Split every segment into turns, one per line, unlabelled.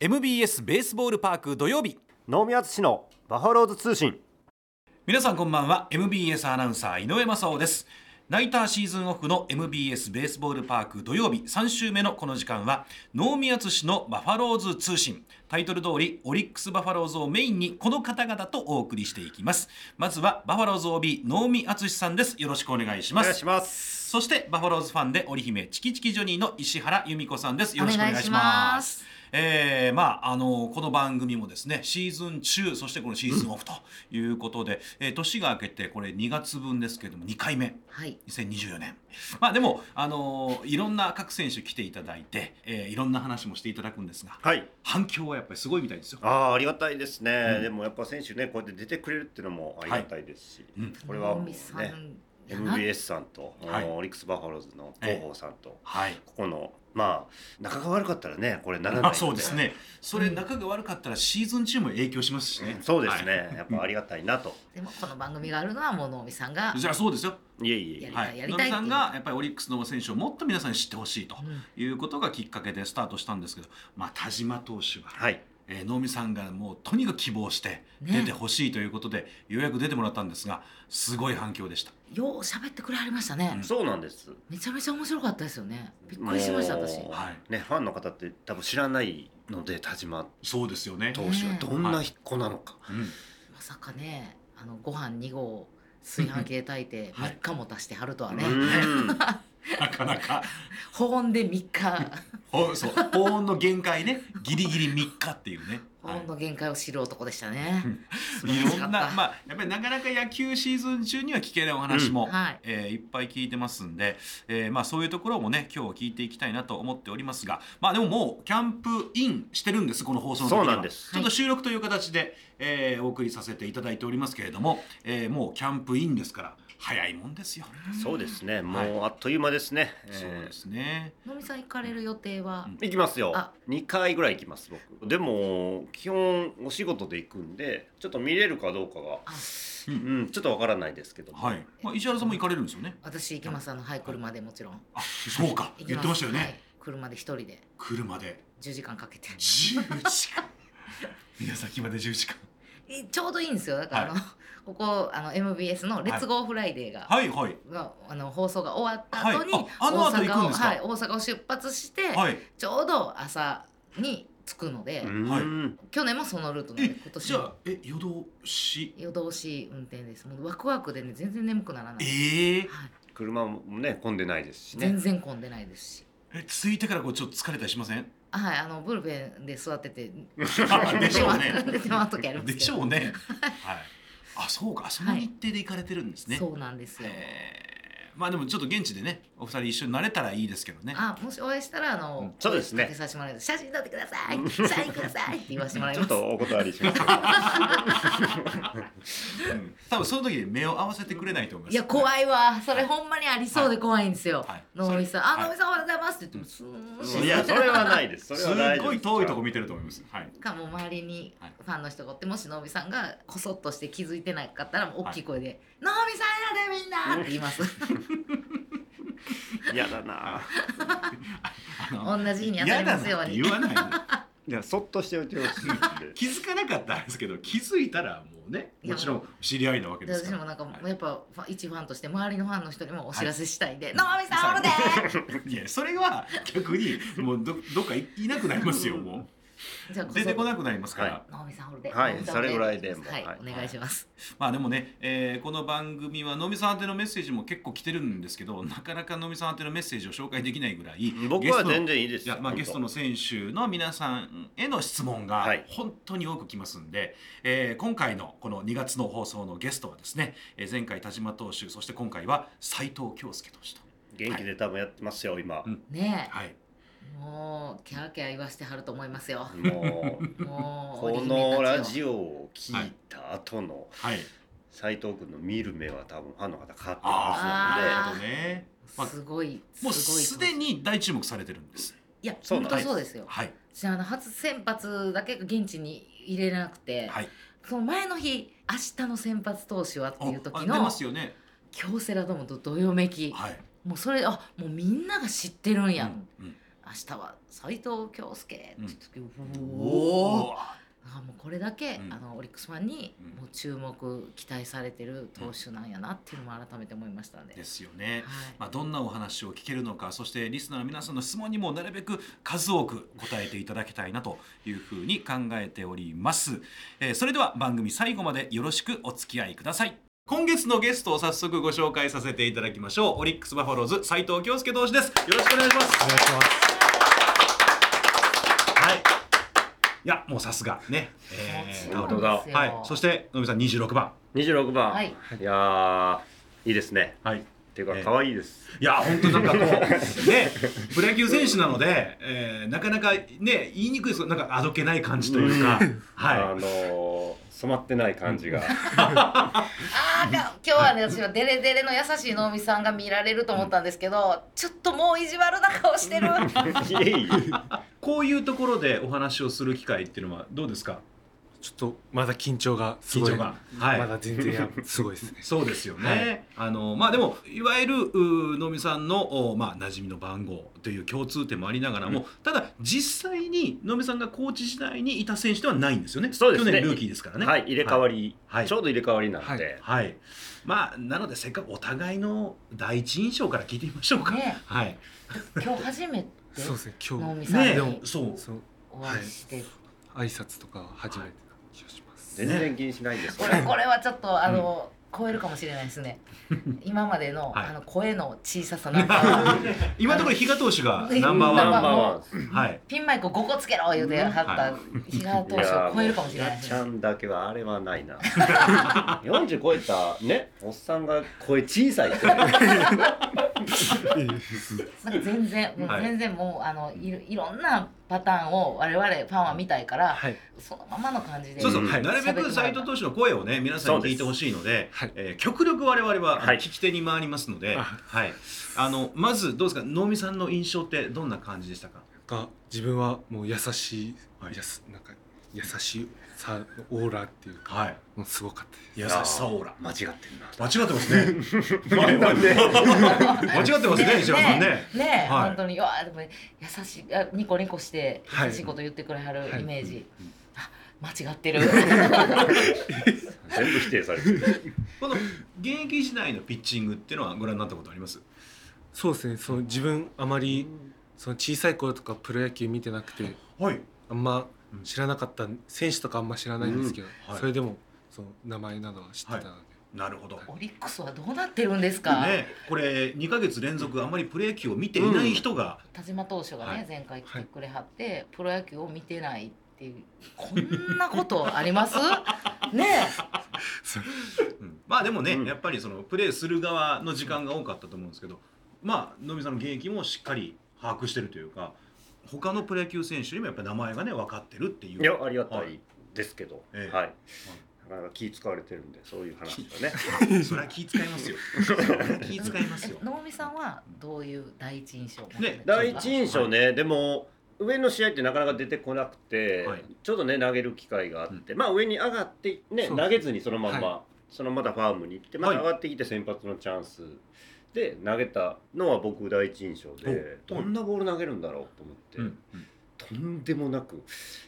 MBS ベースボールパーク土曜日
能見淳のバファローズ通信
皆さんこんばんは MBS アナウンサー井上雅雄ですナイターシーズンオフの MBS ベースボールパーク土曜日3週目のこの時間は能見淳のバファローズ通信タイトル通りオリックスバファローズをメインにこの方々とお送りしていきますまずはバファローズ OB 能見淳さんですよろしくお願いし
お
ます
ます
そしてバファローズファンで織姫チキチキジョニーの石原由美子さんです。よろしくお願いし
お願いし
ま
ますす。
えーまああのこの番組もですねシーズン中そしてこのシーズンオフということで、えー年が明けてこれ2月分ですけれども2回目
はい。
2024年まあでもあのいろんな各選手来ていただいて、えーいろんな話もしていただくんですが
はい
反響はやっぱりすごいみたいですよ。
あーありがたいですね、
うん
でもやっぱ選手ねこうやって出てくれるっていうのもありがたいですし、
うん
これはもう
能見さん
ね
やな
MBS さんと、
はい
オリックスバファローズの広報さんと、
はい
ここのまあ仲が悪かったらねこれならない
あそうですねそれ仲が悪かったらシーズン中も影響しますしね、
そうですね、
は
やっぱありがたいなと
でもこの番組があるのはもう能見さんが
い、じゃあそうですよ
いえいえいえ
やり
はい、
りたいっていう
野田さんがやっぱりオリックスの選手をもっと皆さんに知ってほしいと
うん
いうことがきっかけでスタートしたんですけど、まあ、田島投手は、
はい
えー能見さんがもうとにかく希望して
ね
出てほしいということで、ようやく出てもらったんですがすごい反響でした。
よう喋ってくれはりましたね、
そうなんです
めちゃめちゃ面白かったですよね。びっくりしました
もう
私。
はい
ねファンの方って多分知らないので田島
そうですよね
投手はどんな子なのか、
うん
まさかね、あのご飯二合炊飯器で炊いて
はい
三日も足してはるとは
う
ね。
ん
なかなか
保温で三日、
ほそう保温の限界ねギリギリ3日っていうね。
保温
は
の限界を知る男でしたね。素
い
晴ら
ろ
しか
ん
っ
な
た
まあやっぱりなかなか野球シーズン中には聞けないお話も、
はい。
えーいっぱい聞いてますんで、えーまあ、そういうところもね今日は聞いていきたいなと思っておりますが、まあ、でももうキャンプインしてるんですこの放送の時には
そうなんです
ちょっと収録という形で、えーお送りさせていただいておりますけれども、えーもうキャンプインですから早いもんですよ。
そうですね、
はい
もうあっという間ですね。
そう
え
ですね、
能見さん行かれる予定は、
うん
ー行きますよ
あ。
2回ぐらい行きます僕。でも基本お仕事で行くんで、ちょっと見れるかどうかが、
あ、
うん、ちょっとわからないですけども。
はいまあ、石原さんも行かれるんですよね。
私行きますあのはい車でもちろん。
あそうか
行き
言ってましたよね、
はい車で一人で
車で
10時間かけて。
10時 間宮崎まで10時間。
えちょうどいいんですよだからあの、ここあの MBS の「レッツゴーフライデーが」
はいはい
があの放送が終わった後に、
はいああの後
大
行くん
阪を、
ですか
はい、大阪を出発して、
はい。
ちょうど朝に着くので、
うん
はい
去年もそのルートなので
え
今年
じゃあ
も
え夜通し
夜通し運転ですもうワクワクでね全然眠くならない、
ええ
はい、
車もね混んでないですし
全
ね。
然混んでないですし。
え着いてからこうちょっと疲れたりしません
はい、あのブルペンで座ってて
あでしょうね
寝てまう時ありますけど
でしょう ねはいあそうかその
はい
日程で行かれてるんですね、
そうなんですよ、
えーまあでもちょっと現地でねお二人一緒になれたらいいですけどね
あ、もしお会いしたらあ
う
の
ん、そうですね
声かけさせてもらえる写真撮ってください、サインくださいって言わせてもら い
ちょ
ま
っ
す。
とお断りします。
うん多分その時に目を合わせてくれないと思います
いや怖いわ、それほんまにありそうで怖いんですよ
はい。
能見さ
それ
ん、あ、能見さんおはようございますって言っても、すーんし
いやそれはないです。それ
す
は大
っごい
丈夫です
遠いとこ見てると思いますはい
かもう周りに
はい
ファンの人がおってもし能見さんがこそっとして気づいてなかったら大きい声で「能見さんやでみんな!」って言います
嫌だな。
あの
同じ日に当たりますように
嫌だなって言わない
いやそっとしておいてほしいんで。
気づかなかったんですけど気づいたらもうねもちろん知り合いなわけ
で
です
私
から
もなんか
はい
やっぱファン一ファンとして周りのファンの人にもお知らせしたいんで「能見さんおるで!」
いやそれは逆にもうどどっかいいなくなりますよ も
じゃあ
う
こ
出てこ
そ
なくなりますから、
は
能見さんおるで
はい
能見さんお
そ
る
れぐらいでも
はい
はい
お願いします
まあでもね、えーこの番組は能見さん宛てのメッセージも結構来てるんですけどなかなか能見さん宛てのメッセージを紹介できないぐらい
僕は
ゲストの
全然いいで
い
すよ。
やまあ、
本当
ゲストの選手の皆さんへの質問が
はい
本当に多く来ますんで、えー今回のこの2月の放送のゲストはですね、えー前回田島投手そして今回は斉藤京介投手と、
元気で多分やってますよ今。
ね
はい、
えもうキャーキャー言わしてはると思いますよ
もう
もう
このラジオ
オ
を聞いた後の
はい、
斉藤君の見る目は多分ファンの方買って
あ
ま
あな
あ
るほどね、まあ、
すごい
もう
すごい
すでに大注目されてるんです。
いや
そう
本
なん
当
です
そうですよ
はい
じゃあの初先発だけが現地に入れなくて、
はい。
その前の日明日の先発投手はっていう
あ
時
出
の
ますよね。
京セラドームとどよめき
はい。
もうそれあもうみんなが知ってるんや、
うんうん
明日は斎藤京介」って言った時おお
おー
だからもうこれだけ、
うん
あのオリックスファンに
うん
もう注目期待されてる投手なんやなっていうのも改めて思いましたんで。
ですよね。
はい
まあ、どんなお話を聞けるのかそしてリスナーの皆さんの質問にもなるべく数多く答えていただきたいなというふうに考えております、えーそれでは番組最後までよろしくお付き合いください今月のゲストを早速ご紹介させていただきましょうオリックスバファローズ斉藤京介投手ですよろしくお願いします
お願いします。
はいいやもうさすがね、
そう
えー
本当
な
だ
んですよ
はいそしてのびさん26番
26番、
はい
い、やーいいですね
はい
っていうか
ええ
可愛いです、
いや本当なんかこうねプロ野球選手なので、えーなかなかね言いにくいですけどなんかあどけない感じというか、
あ
は
のー染まってない感じが、
あーが今日はね私はデレデレの優しい能見さんが見られると思ったんですけどちょっともう意地悪な顔してる
いえいえ
い、こういうところでお話をする機会っていうのはどうですか
ちょっとまだ緊張がす
緊
ごい。
張が。はい、
まだ全然やすごいですね。
そうですよね、
は
あ
い
のまあでもいわゆるう能見さんのおまあ馴染みの番号という共通点もありながらも、ただ実際に能見さんがコーチ時代にいた選手ではないんですよね
そうですね
去年ルーキーですからね
はい入れ替わり、
はい
ちょうど入れ替わりなんで、
はい。まあなのでせっかくお互いの第一印象から聞いてみましょうか。
ね
はい。
今日初めて
そうですね。
能
今
見
日
さん
ね
に
でもそう。
そう
お会いして、
挨拶とか初めてな気がします。
全然気にしないんです
こ
けど
れこれはちょっとあの、超えるかもしれないです ね今までの,、
はい
あの声の小ささなんか
今のところ比嘉投手がナンバー
ナン
ワ
バーワン
ン。はい。
ピンマイク5個つけろ言うてはった比嘉投手を超えるかもしれないで
や
す
ち
ね
ゃ。んだけはあれはないな40超えたねおっさんが声小さいって
なんか全然、もう
はい
全然もうあのいろいろんなパターンを我々ファンは見たいから、
はい。
そのままの感じで。
そうそう、
うん
なるべく斎藤投手の声をね皆さんに聞いてほしいので
そうです
えー極力我々はあの
はい
聞き手に回りますので、
あ
はい、あのまずどうですか能見さんの印象ってどんな感じでしたか
なんか自分はもう優しい、
はい
やすなんか優しさのオーラっていうか、
はい
もうすごかったです。
優しさオーラ
間違ってるな
間違ってますね
なんで
間違ってますね石原さんね
ねえ、
はい
本当に、いや、でも、優しい、あニコニコして、
はい
優しいこと言ってくれはるイメージ。あ、間 違ってる。
全部否定されてる
この現役時代のピッチングっていうのはご覧になったことあります
そうですね。その自分あまりその小さい頃とかプロ野球見てなくて、
はい
あんま知らなかった選手とかあんま知らないんですけど、
うんはい
それでもその名前などは知ってたので、
なるほど
オリックスはどうなってるんですか。
ね、これ2か月連続あまりプロ野球を見ていない人が、
田島投手がね、
はい
前回来てくれはって、プロ野球を見てないっていう。こんなことあ ります。ね
うんまあでもね、
うん
やっぱりそのプレーする側の時間が多かったと思うんですけどまあ能見さんの現役もしっかり把握してるというか他のプロ野球選手にもやっぱり名前がね分かってるっていう
いやありがたいですけど、
ええ
はいなかなか気使われてるんでそういう話は ね
それは気遣いますよそれは気
え。
遣い ますよ
え能見さんは、どういう第一印象を持ってるんですか。
第一印象ね、でも上の試合ってなかなか出てこなくて、
はい
ちょっとね投げる機会があって、まあ上に上がってね
そう
投げずにそのまんま、
は
そのまたファームに行ってまた
はい
上がってきて先発のチャンスで投げたのは僕第一印象で
お
どんなボール投げるんだろうと思って、
うんうん
とんでもなく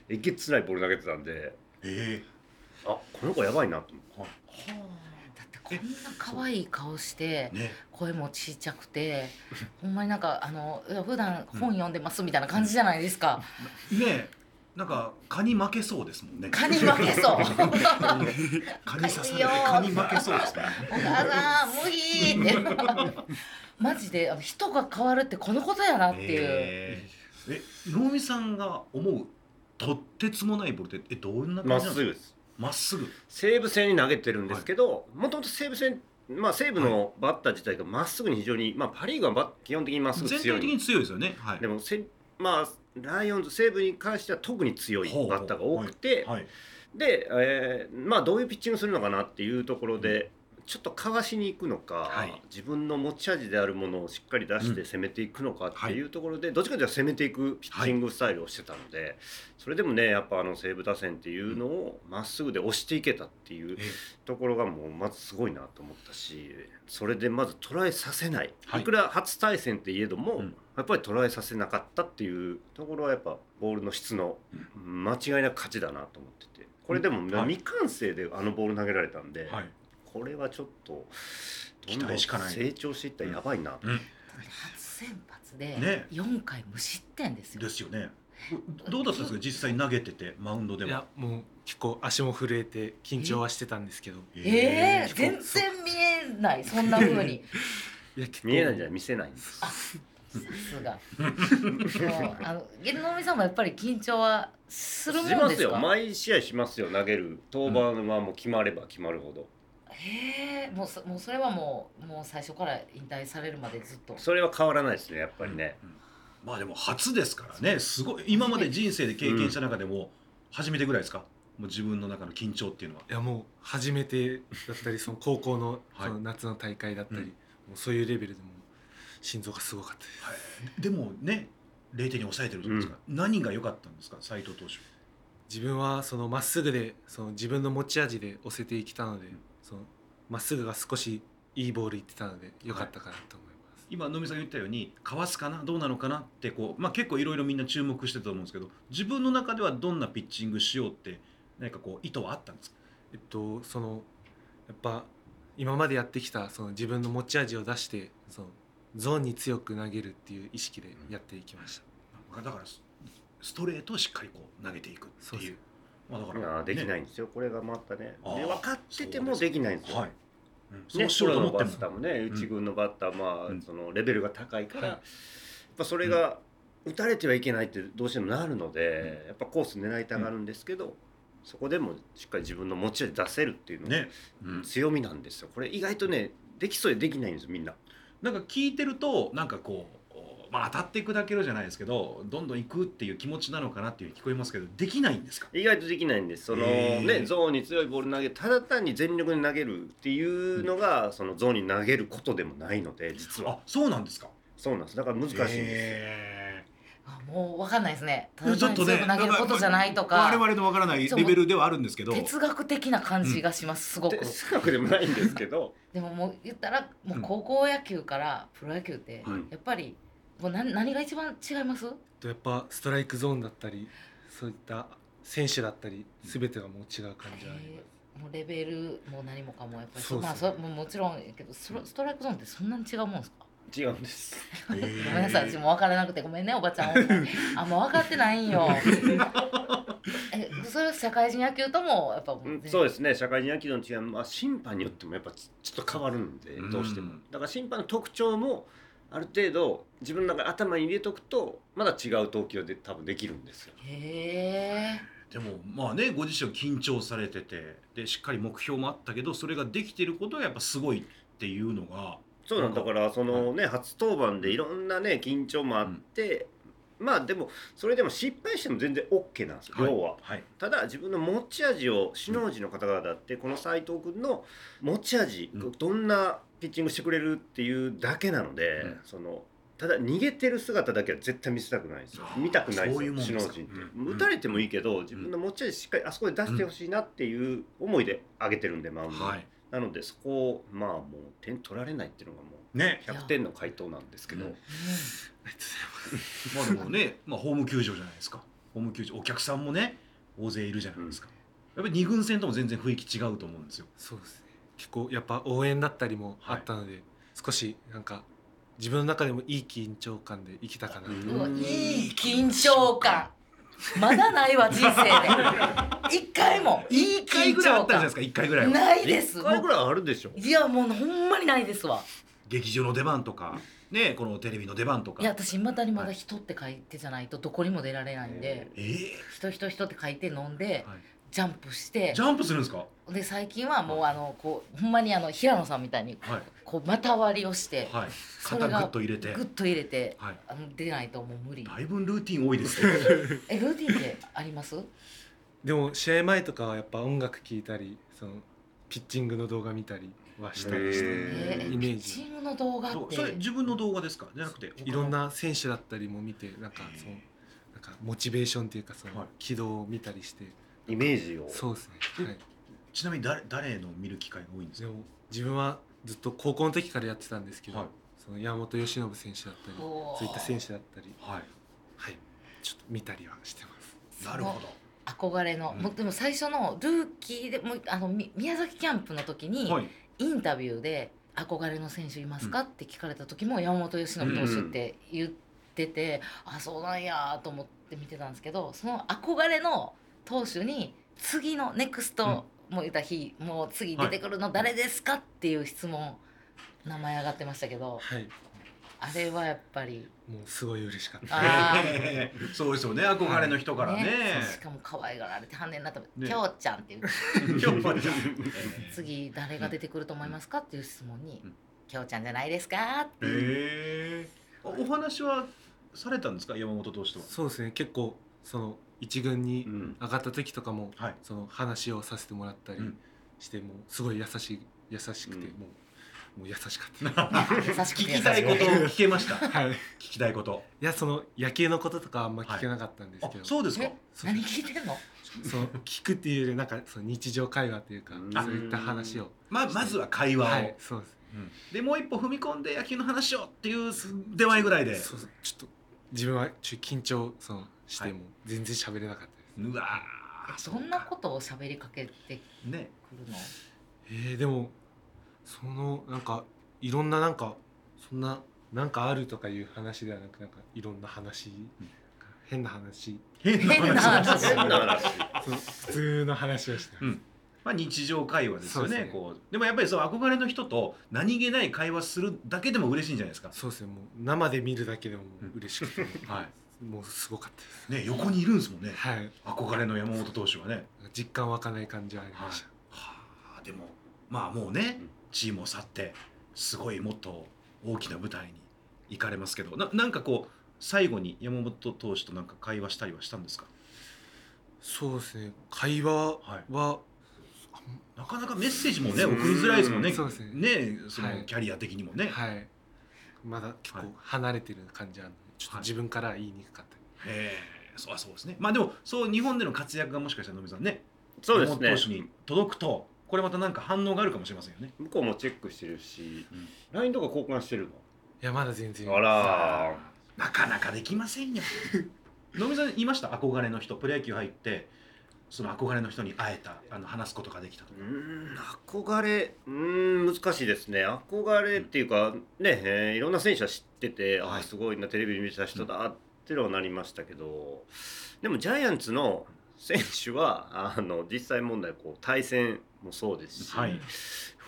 えげつないボール投げてたんで
え
あこの子やばいなと思って。
だってこんな可愛い顔して
えね
声もちっちゃくてほんまになんかあのいや普段本読んでますみたいな感じじゃないですか、
ねなんか蚊に負けそうですもんね
カニ負 けそうお
蚊に刺されて蚊に負けそうですね
母さん無理って マジであの人が変わるってこのことやなっていう、
えー、え能見さんが思うとってつもないボールってえどんな感
まっ
じなんです
すぐ
か
です
まっすぐ
西武戦に投げてるんですけどもともと西武戦まあ西武のバッター自体がまっすぐに非常に、まあ、パ・リーグはバッ基本的にまっすぐ
全
強
体
い
的に強いですよねはい
でもせまあライオンズ西武に関しては特に強い
ほうほう
バッターが多くて
はい
で、えーまあ、どういうピッチングするのかなっていうところで、ちょっとかわしに行くのか、
はい
自分の持ち味であるものをしっかり出して攻めていくのかっていうところで、どっちかというと攻めていくピッチングスタイルをしてたので、それでもねやっぱあの西武打線っていうのをまっすぐで押していけたっていう
ええ
ところがもうまずすごいなと思ったしそれでまずトライさせない、
はい
い、くら初対戦っていえども、
うん
やっぱりトライさせなかったっていうところはやっぱボールの質の間違いなく勝ちだなと思っててこれでも
はい
未完成であのボール投げられたんで、
はい
これはちょっとど
期
んど
待
ん
しかない
成長していったらやばいなと、
うん
初先発
ね
で4回無失点ですよ、
ですよねどうだったんですか実際投げててマウンドで
い
も
やもう結構足も震えて緊張はしてたんですけど
ええ
ー
全然見えないそんな風に
いや結構
見えないんじゃない見せないんです
さすがそうあの源美さんもやっぱり緊張はする
し
もん
ま
ですす
よ
か
毎試合しますよ投げる登板はもう決まれば決まるほど、
へえもうそもうそれはもうもう最初から引退されるまでずっと
それは変わらないですねやっぱりね、
うんうんまあでも初ですからねすごい今まで人生で経験した中でも初めてぐらいですかもう自分の中の緊張っていうのはい
やもう初めてだったりその高校の
はい
その夏の大会だったり、
うん
もうそういうレベルでも心臓がすごかったです
でもね0点に抑えてるじゃないですか、何が良かったんですか斉藤投手
自分はそのまっすぐでその自分の持ち味で押せていきたので
うん
そのまっすぐが少しいいボールいってたので良かったかなと思います、
今野見さんが言ったようにかわすかなどうなのかなってこう、まあ、結構いろいろみんな注目してたと思うんですけど自分の中ではどんなピッチングしようって何かこう意図はあったんですか、
えっとそのやっぱ今までやってきたその自分の持ち味を出してそのゾーンに強く投げるっていう意識でやっていきました、
だからスストレートをしっかりこう投げていくって
そう
い
で
う
す
まあだか
いや
ら
ーできないん
ね
ですよ、これがまたね
あー
で分かってて
そうで
も
す
できないんですよ、
はい、うん
ね、プロのバ
も
ッターもね、
ん
内軍のバッター、まあ、
うん
そのレベルが高いから、
はい
やっぱそれが打たれてはいけないってどうしてもなるので、やっぱコース狙いたがるんですけど、そこでもしっかり自分の持ち味出せるっていうのが
ね、うん
強みなんですよ。これ意外とね、できそうでできないんですよ、みんな。
なんか聞いてるとなんかこうおまあ当たっていくだけじゃないですけどどんどん行くっていう気持ちなのかなっていうふうに聞こえますけどできないんですか
意外とできないんです。その
へー
ね、ゾーンに強いボール投げ、ただ単に全力で投げるっていうのが、そのゾーンに投げることでもないので、実は
あ。そうなんですか
そうなんです。だから難しいんですよ。
へ
あもう分かんないですね
ー
ただ単に強く投げることじゃないと
我
か
々のわからないレベルではあるんですけど
哲学的な感じがします、すごく
哲学でもないんですけど
でももう言ったらも
う
う
ん
高校野球からプロ野球って
はい
やっぱりもう何何が一番違います
とやっぱストライクゾーンだったりそういった選手だったり全てがもう違う感じがあります、
もうレベルも何もかもやっぱり
そう
まあ
です
そ
ね
れももちろんやけどスロストライクゾーンってそんなに違うもんですか
違うんです
ごめ
ごめんなさい私も分からなくてごめんねおばちゃんあんま分かってないんよえそれは社会人野球ともやっぱも全然
そうですね社会人野球の違いも、まあ、審判によってもやっぱちちょっと変わるんで
うん
どうしてもだから審判の特徴もある程度自分の中で頭に入れとくとまだ違う投球で多分できるんですよ
へえ
でもまあねご自身は緊張されててでしっかり目標もあったけどそれができてることがやっぱすごいっていうのが
そうなんだからそのね初登板でいろんなね緊張もあって、まあでもそれでも失敗しても全然 OK なんですよ、要は
はい
ただ自分の持ち味を首脳陣の方々だって、この斉藤君の持ち味、
うん
どんなピッチングしてくれるっていうだけなので、
うん
そのただ逃げてる姿だけは絶対見せたくないんですよ
あー
見たくないん
そういうもん
ですよ
です
首
か
脳陣って、
うん
打たれてもいいけど自分の持ち味しっかりあそこで出してほしいなっていう思いで上げてるんでマウンドに、
はい
なのでそこをまあもう点取られないっていうのがもう
ね
100点の回答なんですけど、
うんまあでもね、 まあ、ホーム球場じゃないですかホーム球場お客さんもね大勢いるじゃないですか、やっぱり二軍戦とも全然雰囲気違うと思うんですよ
そうですね結構やっぱ応援だったりもあったので、少しなんか自分の中でもいい緊張感で生きたかなと、
う
う
わ
ん
いい緊張感まだないわ人生で一回もいい
一回
緊
ぐらいあ
張
ったんじゃない
感
ですか一回ぐらいは
ないです
1回ぐ
も
らいあるでしょ
ういやもうほんまにないですわ
劇場の出番とかねこのテレビの出番とか
いや私いまだにまだ人って書いてじゃないとどこにも出られないんで
えー
人人人って書いて飲んで
はい
ジャンプして
ジャンプするんですか
で最近はもうあのこうほんまにあの平野さんみたいに
はい
こう股割りをして
はい
そ
肩
れ
グ
が
ッと入れて
グッと入れて
はい
あの出ないともう無理
だいぶルーティン多いです けど
えルーティンってあります
でも試合前とかはやっぱ音楽聴いたりそのピッチングの動画見たりはしてました
へ
ね
えー、
イ
え
メ
ピ
ー
ッ
ジ
チングの動画
ど
っ
うそれ
て
自分の動画ですかじゃなくて
いろん
な
な選手だったりも見てなんかそのなんかモチベーションというかそ
はい
の軌道を見たりして、
イメージを
そうですね、はい、
ちなみに誰誰の見る機会が多いんです
で
か
も自分はずっと高校の時からやってたんですけど、
はい
その山本由伸選手だったり
おー
そういった選手だったり
はい
はいちょっと見たりはしてます
なるほど
憧れの、
うん
僕でも最初のルーキーでもうあのみ宮崎キャンプの時に、
はい
インタビューで「憧れの選手いますか?」って聞かれた時も山本由伸投手って言ってて、あそうなんやと思って見てたんですけどその憧れの投手に次のネクスト、もう言った日もう次出てくるの誰ですかっていう質問名前上がってましたけど
はい
あれはやっぱ り
もうすごい嬉しかった
あー
そうですよね憧れの人から ね
しかも可愛がられて半年になった
ね
きょうちゃん」っていう
今日はじゃあ
次誰が出てくると思いますかっていう質問に
うん
「きょうちゃんじゃないですか?」っていう
えー、おお話はされたんですか山本投手とは
そうですね結構その一軍に
うん
上がった時とかも、
はい
その話をさせてもらったり
うん
して、もうすごい優しい優しくて、
うん
もうもう優しかった、
優しく
聞
て
きたいことを聞けました聞
はい、い
きたいこと
やその野球のこととかはあんま聞けなかったんです
あ
けど、
そうですか
え何聞いてんの
その聞くっていうよりなんかその日常会話というか
うん
そういった話を
ままずは会話を、
はいそうです
うんでもう一歩踏み込んで野球の話をっていう出前ぐらいで
そうそうちょっと自分はちょっと緊張そのしても全然喋れなかったです、
うわーそう
ど
か
んなことを喋りかけて
ね
く るの
えー、でもそのなんかいろんななんかそんななんかあるとかいう話ではなくなんかいろんな話、変な話
変な
変な
話
そ
話
んな話
その普通の話をしてます、
うんまあ日常会話ですよ
そう
ね
ですね
こうでもやっぱりそう憧れの人と何気ない会話するだけでも嬉しいんじゃないですか、
そうですねもう生で見るだけでも嬉しくて、
は
もうすごかったです
いね、横にいるんですもんね
はい
憧れの山本投手はね
実感湧かない感じはありました、
はあでもまあもうね
うん
チームを去ってすごいもっと大きな舞台に行かれますけどななんかこう最後に山本投手となんか会話したりはしたんですか、
そうですね会話
はい、
は
なかなかメッセージもね
う
送
ん
りづらいですもんね
そうですね
その
はい
キャリア的にもね、
はいまだ結構離れてる感じあるのでちょっと自分からは言いにくかったり、
ええそうそうですねまあでもそう日本での活躍がもしかしたら野見さんね
そうで
山本
す
投手
ね
に届くとこれまたなんか反応があるかもしれませんよね
向こうもチェックしてるし
うん
LINE とか交換してる
いやまだ全然
のあら
なかなかできませんよ 野見さんいました憧れの人プロ野球入ってその憧れの人に会えたあの話すことができたと
うーん憧れうーん難しいですね憧れっていうか、ねえーいろんな選手は知ってて、あ
は
あ
い
すごいなテレビで見てた人だってのはなりましたけどでもジャイアンツの選手はあの実際問題こう対戦もそうですし、
は
う
い
わ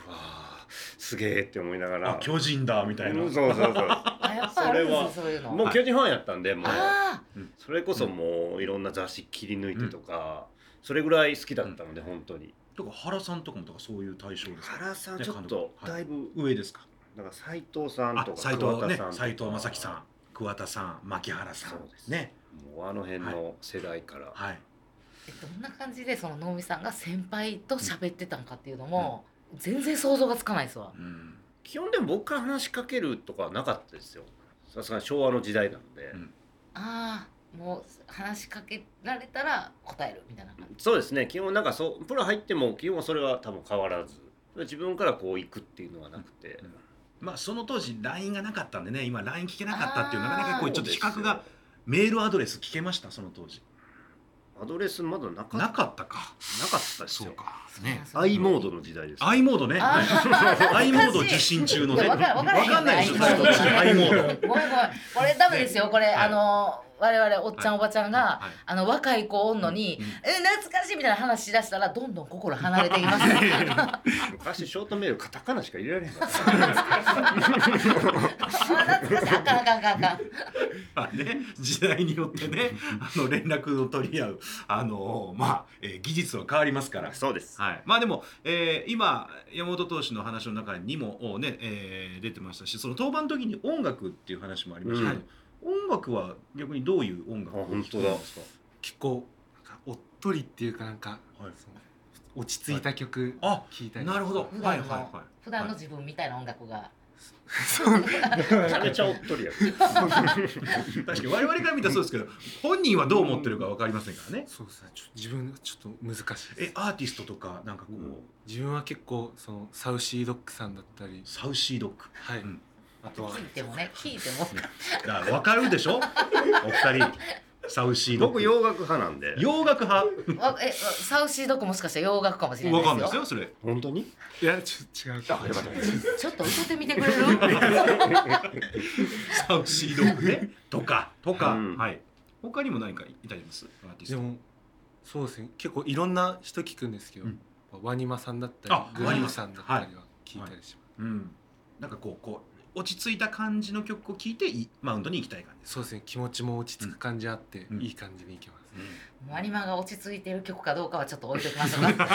あすげえって思いなが
あ
ら
巨人だみたいな、
うんそうそ うそ
あやっぱあるんですよ
そ
そういうの
うもう巨人ファンやったんでもう
あ
それこそもういろんな雑誌切り抜いてとか、それぐらい好きだったので、本当に
とか原さんとかもとかそういう対象ですか
原さんちょっとだいぶ、
上ですか
なんか斎藤さん
あ
とか
斎藤ね
桑田さんとか
斎藤正樹さん桑田さん牧原さん
そうです
ね
もうあの辺の世代から、
はい
ーえどんな感じでその能見さんが先輩と喋ってたんかっていうのも全然想像がつかないですわ
うん
基本でも僕から話しかけるとかはなかったですよさすがに昭和の時代なので、
うん
ああもう話しかけられたら答えるみたいな感じ
そうですね基本なんかそうプロ入っても基本はそれは多分変わらず自分からこう行くっていうのはなくて、
うんまあその当時 LINE がなかったんでね今 LINE 聞けなかったっていうなかなかこうちょっと比較がメールアドレス聞けましたその当時
アドレスまだなかっ
な
な
かったか
かったです
そう
よ
か
そうなん
ね
ですよ
i モードの時代です
i モードね
あー
はい i モード
懐かしい
受信中の
い
ね
やわかわからへんよね
わかんないですよ
i モードね
i モード
ごめんごめんこれダメですよこれ
い
あの我々おっちゃんおばちゃんが
はい
あの若い子おんのに
うん
「え懐かしい」みたいな話しだしたらどんどん心離れていきます
昔ショートメールカタカナしか入れられへんかっ
あ懐かしいあかんあかんあかんあかん
まあね、時代によってねあの連絡を取り合う、あのまあえー技術は変わりますから
た。そうです
はい、まあでも、えー今山本投手の話の中にも、おねえー出てましたしその登板の時に音楽っていう話もありましたけど、音楽は逆にどういう音楽
あ
を
本
聴
当
くん
だ
ですか
結構なんかおっとりっていうかなんか、
はい
そ落ち着いた曲
あ
聴いたり、
なるほど
普
はい
段
はい
の、
は
普段の自分みたいな音楽が、
めちゃめちゃおっとりやけど
い確かに我々から見たらそうですけど本人はどう思ってるか分かりませんからね
そうですねちょっと自分ちょっと難しいで
え
す
アーティストとかなんかこう、
うん
自分は結構そのサウシードッグさんだったり、
サウシードッグ
はい
うん
あとは
聞いてもね、聞いても、
だから分かるで しょお二人サウシードッグ
僕洋楽派なんで
洋楽派
わえ、サウシードッグもしかしたら洋楽かもしれない
わ
です
かんな
よ。
いですよそれ
本当に
いやちょっと違うかもしれない
ちょっと歌ってみてくれる？
サウシードッグねとかとか、
うん
はい他にも何かいたりますアーティス
で
ト
もそうですね結構いろんな人聞くんですけど、
うん
ワニマさんだったり
あ
グリーンさんだったりは聞いたりします、
うんなんかこうこう落ち着いた感じの曲を聴いていマウンドに行きたい感じです、
そうですね気持ちも落ち着く感じあって、
うん
いい感じにいきます、
マリマが落ち着いてる曲かどうかはちょっと置いときましょうか。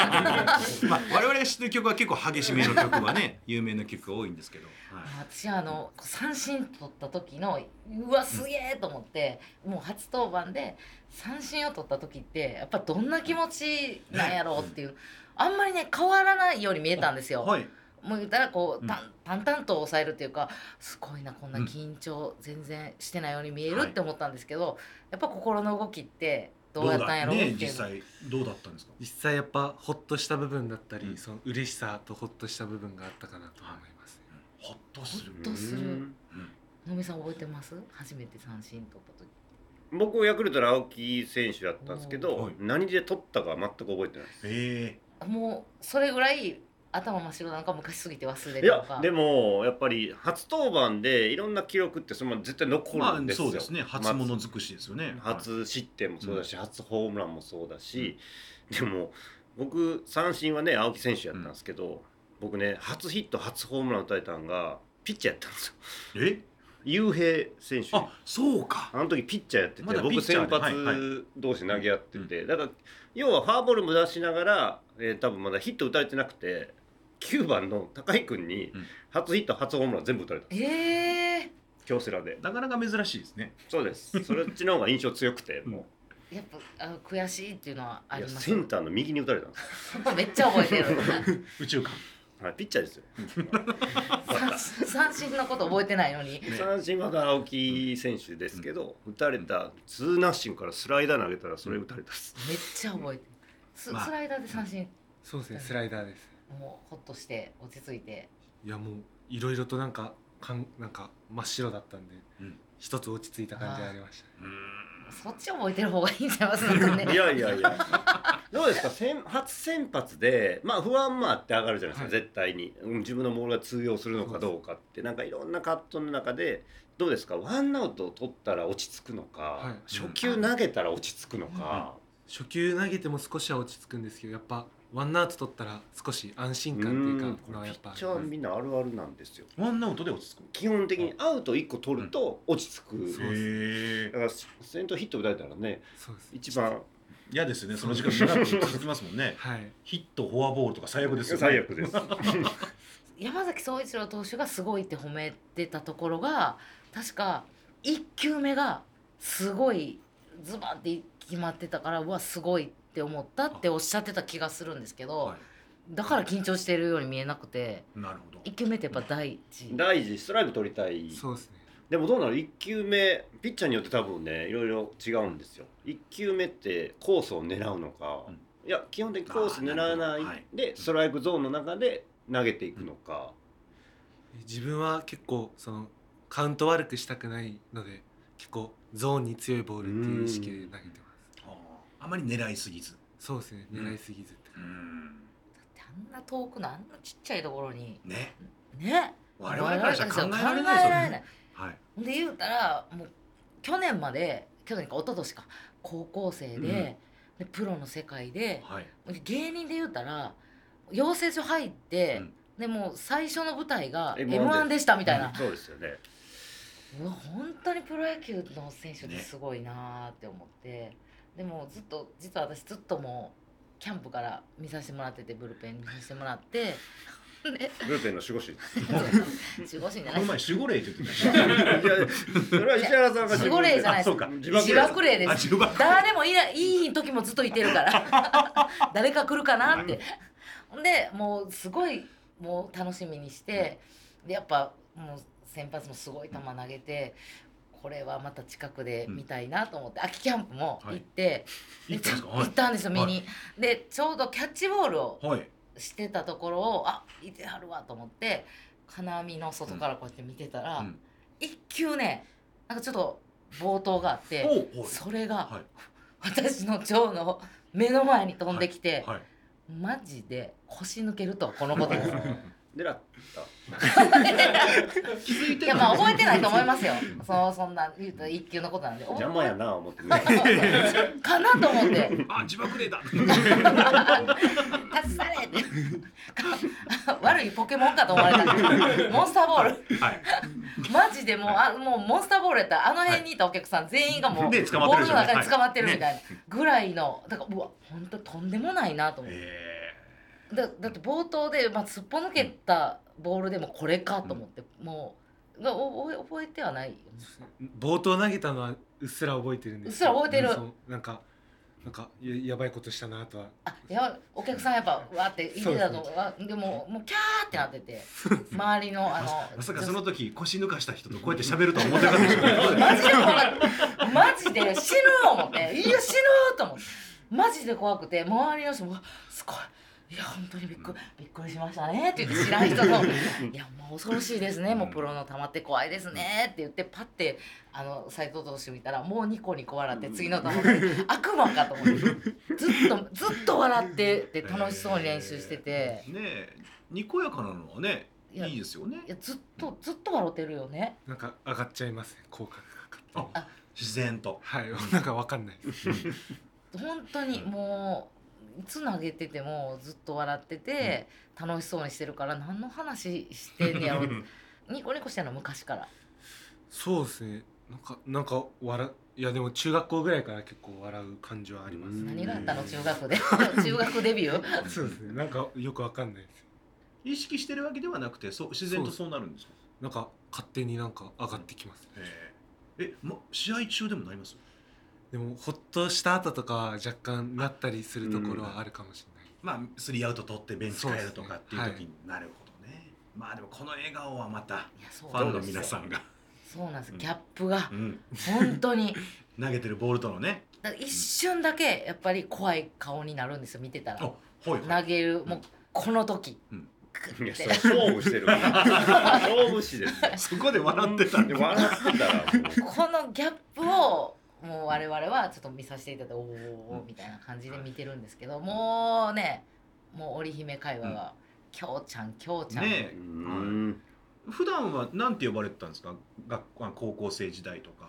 まあ我々が知ってる曲は結構激しめの曲 はね有名な曲が多いんですけど、はい
私はあの三振取った時のうわすげえと思って、もう初登板で三振を取った時ってやっぱどんな気持ちなんやろうっていう、あんまりね変わらないように見えたんですよ。
はい、
もう言ったらこ
う
うん淡淡々と抑えるというかすごいなこんな緊張全然してないように見えるって思ったんですけど、やっぱ心の動きってどうやったんやろうっ
ど
て
だ
い
ね
うの
実際どうだったんですか
実際やっぱほっとした部分だったり、
うん
その嬉しさとほっとした部分があったかなと思います、ね
ホッとする
ほっとする
うん
のみさん覚えてます初めて三振取った時
僕ヤクルトの青木選手だったんですけ
うん
ど
はい
何で取ったか全く覚えてないです
え
もうそれぐらい頭真っ白なんか昔すぎて忘れ
い
てと
や
か
でもやっぱり初登板でいろんな記録ってそのまま絶対
え
残
ま
る
あ
んですよ、
そうですね初物尽くしですよね
初失点もそうだし、初ホームランもそうだし、でも僕三振はね青木選手やったんですけど、僕ね初ヒット初ホームラン打たれたんがピッチャーやったんですよ
え
雄平選手
あそうか
あの時ピッチャーやってて、
まだピッ
僕
チャー
先
ではい
発同士投げ合ってて、だから要はフォアボールも出しながら、えー多分まだヒット打たれてなくて9番の高井君に
うん
初ヒット初ホームラン全部打たれた
え
京セラで
なかなか珍しいですね
そうですそれっちの方が印象強く ても
ー、やっぱあの悔しいっていうのは
う、
あ
い
り
や
ます
センターの右に打たれたんですよ、
めっちゃ覚えてる
宇宙観
はい、ピッチャーですよ
三振三振のこと覚えてないのに
ね
三振は青木選手ですけど、打たれたツーナッシングからスライダー投げたらそれ打たれたっす、
めっちゃ覚えてるス,、
まあ
スライダーで三振
そうですねスライダーです
もうほっとして落ち着いて
いやもういろいろとなんかかんなんか真っ白だったんで、
うん
一つ落ち着いた感じがありましたね
そっち覚えてる方がいいんちゃいますなんかね
いやいや いやどうですか先初先発でまあ不安もあって上がるじゃないですか、
は
絶対に、うん自分のボールが通用するのかどうかってなんかいろんな葛藤の中でどうですかワンアウトを取ったら落ち着くのか、
はい
初球投げたら落ち着くのか、
初球投げても少しは落ち着くんですけどやっぱワンアウト取ったら少し安心感っていう
うん
かのは
ピ
やっぱ
ッチャーはみんなあるあるなんですよ
ワンアウトで落ち着く
基本的にアウト1個取ると落ち着く、
んそうです
へ
だから先頭ヒット打たれたらね
そうです
一番
嫌ですよねその時間長く続きますもんね
はい
ヒットフォアボールとか最悪ですよね
最悪 です
山崎総一郎投手がすごいって褒めてたところが確か1球目がすごいズバンって決まってたからうわすごいって思ったっておっしゃってた気がするんですけど、
は
だから緊張してるように見えなくて
いなるほど
1球目ってやっぱ第一
大事ストライク取りたい
そうですね
でもどうなの1球目ピッチャーによって多分ねいろいろ違うんですよ1球目ってコースを狙うのか、
うん
いや基本的にコース狙わ
あーなる
な
ほどはいい
でストライクゾーンの中で投げていくのか、
自分は結構そのカウント悪くしたくないので結構ゾーンに強いボールっていう意識で投げてます
あーあまり狙いすぎず
そうですね
うん
狙いすぎずって
だってあんな遠くのあんなちっちゃいところに
ね
ね
我々からしたら考えられないですよ
考えられない
ねはい
ほんで言うたらもう去年まで去年か一昨年か高校生で,、
うん
でプロの世界で
はい
芸人で言うたら養成所入って、
うん
でもう最初の舞台が
M1
m 1でしたみたいな、
そうですよね
うわ本当にプロ野球の選手ってすごいなーって思って、でもずっと 実は私ずっともうキャンプから見させてもらっててブルペン見させてもらって
ルーペンの 守護神
守護神じゃ
こ
な
の
い
前守護霊って言って
いやそれは石原さんが
守護霊じゃない
あ
で
そ
す
うか
自爆霊で
たあ
す
自爆
誰もいないいい時もずっといてるから 誰か来るかなってほんでもうすごいもう楽しみにしてでやっぱもう先発もすごい球投げてこれはまた近くで見たいなと思って、秋キャンプも行って、
い行ったんですか
行ったんですよ見に、でちょうどキャッチボールを
はい
してたところをあいてはるわと思って金網の外からこうやって見てたら、
うんうん
一球ねなんかちょっと暴投があって。
おうはい
それが、
はい
私の蝶の目の前に飛んできて、
はい
マジで腰抜けるとこのことです
狙った
気づいて
いやまあ覚えてないと思いますよそうそんな言うと一級のことなんで
邪魔やな思ってね
かなと思って
あ自爆 霊だ
助かれって か悪いポケモンかと思われたモンスターボール
はい
マジでもうあもうモンスターボールやったらあの辺にいたお客さん全員がもう、
で捕まっ
ボ
てる
ール
じ
の
ゃない
中に捕まってるみ
は
たいなぐらいのだからうわ本当とんでもないなと思って。
え
だだって冒頭で、まあ、すっぽ抜けたボールでもこれかと思って、もうがお覚え覚えてはないよね
冒頭投げたのはうっすら覚えてるんですけど
うっすら覚えてる
うんそうなんかなんかややばいことしたなとは
あやばいお客さんやっぱわーって言ってたとわでももうキャーってなってて周りのあ
ー
の
まさか
女
そ
性
の時腰抜かした人とこうやって喋るとは思ってなかったでしょう
マジで怖かったマジで死ぬ思っていや死ぬと思ってマジで怖くて周りの人もうわ「すごい」いや本当にびっくりびっくりしましたねって言って知らん人 と「いやもう恐ろしいですねもうプロの球って怖いですね」って言ってパッてあの斎藤投手見たらもうニコニコ笑って次の球で悪魔かと思ってずっとずっと笑ってて楽しそうに練習してて
ねえにこやかなのはねい
いや
いですよね
いやずっとずっと笑ってるよね。
なんか上がっちゃいますね口角が上がって
あ自然 と
はい なんかわかんないです
本当にもういつ投げててもずっと笑ってて、楽しそうにしてるから何の話してんね やろニコニコしてんの昔から
そうですねなんかなんか笑いやでも中学校ぐらいから結構笑う感じはあります、
うん
何があったの中 学で中学デビュー
そうですねなんかよくわかんないです
意識してるわけではなくてそう自然とそうなるんですか
なんか勝手になんか上がってきます、ね、
えええ、ま、試合中でもなります
でもほっとした後とかは若干なったりするところはあるかもしれない、
まあスリーアウト取ってベンチ帰るとかっていう
そうです
時になるほどねまあでもこの笑顔はまた
いやそ
フ
う
ァ
な
ン
ん
の
ですよ
皆さんが、
そうなんです
うん
ギャップが
うん、
本当に
投げてるボールとのね
だから一瞬だけやっぱり怖い顔になるんですよ見てた
あ
ら
ほいはい
投げるもうこの時、
うん
グ
いや
ッ
それ
て
勝負 してる勝負師ですよ
そこで笑ってたん
で
で
笑ってたらもう
このギャップをもう我々はちょっと見させていただいておーおーみたいな感じで見てるんですけどもうねもう織姫会話は「きょうちゃんきょうち ゃん」
ね
う
え
ん
普段はなんて呼ばれてたんですか学校あ高校生時代とか